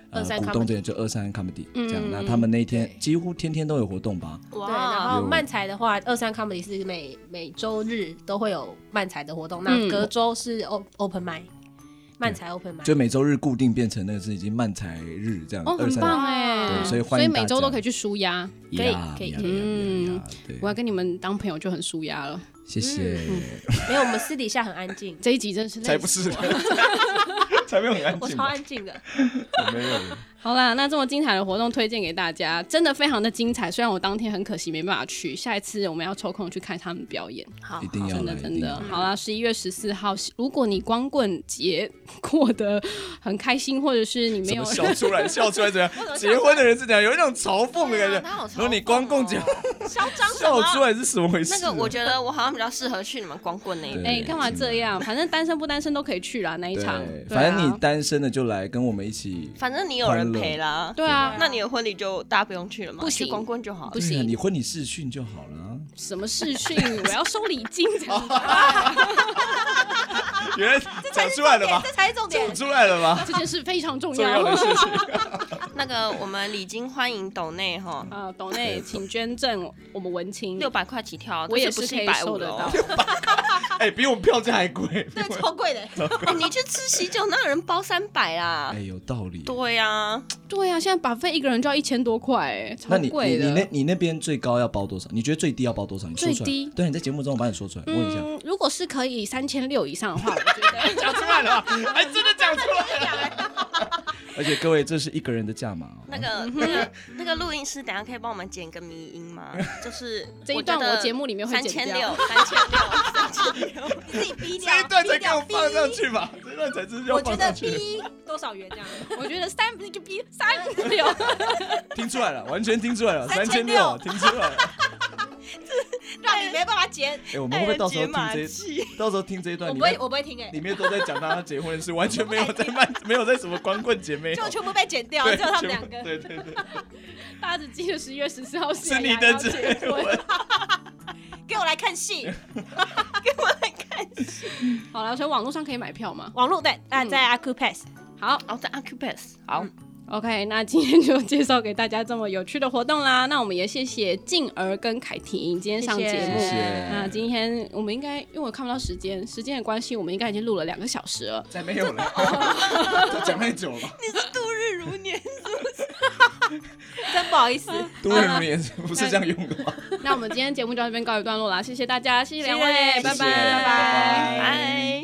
[SPEAKER 4] 呃
[SPEAKER 3] 二三
[SPEAKER 4] 股
[SPEAKER 3] comedy
[SPEAKER 4] 东之一，就二三 comedy
[SPEAKER 1] 嗯
[SPEAKER 4] 这样。那他们那一天
[SPEAKER 3] 对
[SPEAKER 4] 几乎天天都有活动吧？
[SPEAKER 3] 对，然
[SPEAKER 2] 哇！
[SPEAKER 3] 后
[SPEAKER 4] 有
[SPEAKER 3] 漫才的话，二三 comedy 是每每周日都会有漫才的活动，那
[SPEAKER 1] 嗯
[SPEAKER 3] 隔周是 O open m i 漫才 open m i
[SPEAKER 4] 就每周日固定变成那个是已经漫才日这样，
[SPEAKER 1] 哦，
[SPEAKER 4] 二
[SPEAKER 1] 很
[SPEAKER 4] 三
[SPEAKER 1] 棒哎！
[SPEAKER 4] 对所以欢迎大家
[SPEAKER 1] 每周都可以去舒压。
[SPEAKER 3] 可以
[SPEAKER 4] 呀
[SPEAKER 3] 可以
[SPEAKER 4] 呀
[SPEAKER 1] 可以
[SPEAKER 4] 呀
[SPEAKER 1] 嗯
[SPEAKER 4] 呀对
[SPEAKER 1] 我，要跟你们当朋友就很舒压了。，
[SPEAKER 4] 谢谢，
[SPEAKER 3] 没有，我们私底下很安静
[SPEAKER 1] 这一集真是累死
[SPEAKER 4] 是，才没有很安
[SPEAKER 3] 我 超安静的。
[SPEAKER 4] 我没有。
[SPEAKER 1] 好啦，那这么精彩的活动推荐给大家，真的非常的精彩。虽然我当天很可惜没办法去，下一次我们要抽空去看他们表演。
[SPEAKER 2] 好
[SPEAKER 4] 一定要
[SPEAKER 1] 哦真
[SPEAKER 4] 来，
[SPEAKER 1] 的
[SPEAKER 4] 一
[SPEAKER 1] 真
[SPEAKER 4] 定要
[SPEAKER 1] 的
[SPEAKER 4] 来。
[SPEAKER 1] 好啦，十一月十四号，如果你光棍节过得很开心，或者是你没
[SPEAKER 4] 怎
[SPEAKER 1] 有
[SPEAKER 4] 么笑出来？笑出来怎样？结婚的人是怎样？有一种嘲讽的
[SPEAKER 2] 对
[SPEAKER 4] 感觉
[SPEAKER 2] 啊。他好嘲讽
[SPEAKER 4] 然后你光棍节
[SPEAKER 2] 哦嚣张什
[SPEAKER 4] 笑出
[SPEAKER 2] 么？
[SPEAKER 4] 来是什么回事啊？
[SPEAKER 2] 那个我觉得我好像比较适合去你们光棍那一
[SPEAKER 4] 对
[SPEAKER 1] 哎，干嘛
[SPEAKER 4] 真的
[SPEAKER 1] 这样？反正单身不单身都可以去啦，那一
[SPEAKER 4] 对
[SPEAKER 1] 场。对啊
[SPEAKER 4] 反正你单身的就来跟我们一起。
[SPEAKER 2] 反正你有人陪啦。
[SPEAKER 1] 对啊，
[SPEAKER 2] 那你的婚礼就大家不用去了吗？
[SPEAKER 1] 不行
[SPEAKER 2] 去光棍就好了
[SPEAKER 1] 不。
[SPEAKER 4] 对啊
[SPEAKER 1] 行，
[SPEAKER 4] 你婚礼视讯就好了啊。
[SPEAKER 1] 什么视讯？我要收礼金这 样子。
[SPEAKER 4] 原来讲出来了吧？
[SPEAKER 3] 这才是重点
[SPEAKER 4] 讲。出来了吧？
[SPEAKER 1] 这件事非常重
[SPEAKER 4] 重要
[SPEAKER 1] 要
[SPEAKER 4] 的事情。
[SPEAKER 2] 那个我们礼金欢迎抖内哈，
[SPEAKER 1] 啊！董内，请捐赠我们文青
[SPEAKER 2] 六百块起跳，啊
[SPEAKER 1] 我也
[SPEAKER 2] 但是
[SPEAKER 1] 是
[SPEAKER 2] 不是
[SPEAKER 1] 可
[SPEAKER 2] 一
[SPEAKER 1] 以
[SPEAKER 2] 百
[SPEAKER 1] 收
[SPEAKER 2] 五
[SPEAKER 1] 得
[SPEAKER 2] 的
[SPEAKER 1] 到
[SPEAKER 2] 哦。。
[SPEAKER 4] 哎，比我们票价还贵。
[SPEAKER 3] 对，超贵的，
[SPEAKER 2] 哎 你去吃喜酒，那有人包三百啦
[SPEAKER 4] 哎，。有道理。
[SPEAKER 2] 对呀，
[SPEAKER 1] 对啊，现在把费一个人就要一千多块，哎，超
[SPEAKER 4] 那你你
[SPEAKER 1] 贵
[SPEAKER 4] 你那
[SPEAKER 1] 的。
[SPEAKER 4] 你那边最高要包多少？你觉得最低要包多少？你说出
[SPEAKER 1] 最
[SPEAKER 4] 来
[SPEAKER 1] 低。
[SPEAKER 4] 对，你在节目中我把你说出来，问一下。
[SPEAKER 1] 嗯，如果是可以三千六以上的话，我觉 得
[SPEAKER 4] 哎讲出来了吧，还真的讲出来了。 而且各位，这是一个人的价码哦。
[SPEAKER 2] 那个
[SPEAKER 1] 嗯
[SPEAKER 2] 那 个那个录音师，等一下可以帮我们剪个迷音吗？就是
[SPEAKER 1] 这一段我节目里面会
[SPEAKER 2] 三
[SPEAKER 1] 剪
[SPEAKER 2] 千
[SPEAKER 1] 掉
[SPEAKER 2] 六， 三千六，三千六。
[SPEAKER 3] 自己逼掉
[SPEAKER 4] 这一段才给我
[SPEAKER 3] 逼掉
[SPEAKER 4] 放上
[SPEAKER 3] 逼
[SPEAKER 4] 去吧，这一段才是要
[SPEAKER 3] 我觉
[SPEAKER 4] 放
[SPEAKER 3] 得
[SPEAKER 4] 上去。
[SPEAKER 3] 逼多少元这 样？
[SPEAKER 1] 我觉得三就比三六，
[SPEAKER 4] 听出来了，完全听出来了，三千
[SPEAKER 3] 3600
[SPEAKER 4] 听出来了。
[SPEAKER 3] 让你没办法剪。
[SPEAKER 4] 哎，我们会不会到时候听
[SPEAKER 2] 带人解码
[SPEAKER 4] 这
[SPEAKER 2] 器，
[SPEAKER 4] 到时候听这一
[SPEAKER 3] 我
[SPEAKER 4] 段里
[SPEAKER 3] 不会，
[SPEAKER 4] 面
[SPEAKER 3] 我不会听哎
[SPEAKER 4] 里，面都在讲他结婚的事，完全没有在慢，没有在什么光棍姐妹哦。
[SPEAKER 3] 就全部被剪掉，
[SPEAKER 4] 对
[SPEAKER 3] 只有他们
[SPEAKER 4] 全
[SPEAKER 3] 两
[SPEAKER 4] 部
[SPEAKER 3] 个。
[SPEAKER 4] 对对对，
[SPEAKER 1] 大家只记得十一月十四号
[SPEAKER 4] 是你
[SPEAKER 1] 雅
[SPEAKER 4] 的
[SPEAKER 1] 要
[SPEAKER 4] 结
[SPEAKER 1] 结婚。
[SPEAKER 4] 婚。
[SPEAKER 3] 给我来看戏，
[SPEAKER 1] 好了，所以网络上可以买票嘛。
[SPEAKER 3] 网络对，啊，在 a c u p a s s
[SPEAKER 1] 好
[SPEAKER 2] 哦，在 Acubus，好，
[SPEAKER 1] 嗯，OK，那今天就介绍给大家这么有趣的活动啦。那我们也谢谢静儿跟凯婷今天上节目。
[SPEAKER 4] 谢谢
[SPEAKER 1] 那今天我们应该，因为我看不到时间，时间的关系，我们应该已经录了两个小时了。
[SPEAKER 4] 再没有了，都讲太久了。
[SPEAKER 2] 度日如年。
[SPEAKER 3] 真不好意思，
[SPEAKER 4] 多人名言是不是这样用的吗？
[SPEAKER 1] 那我们今天节目就到这边告一段落啦，谢谢大家，谢谢两位，
[SPEAKER 3] 谢谢
[SPEAKER 1] 拜拜，
[SPEAKER 4] 谢谢拜拜
[SPEAKER 2] 拜。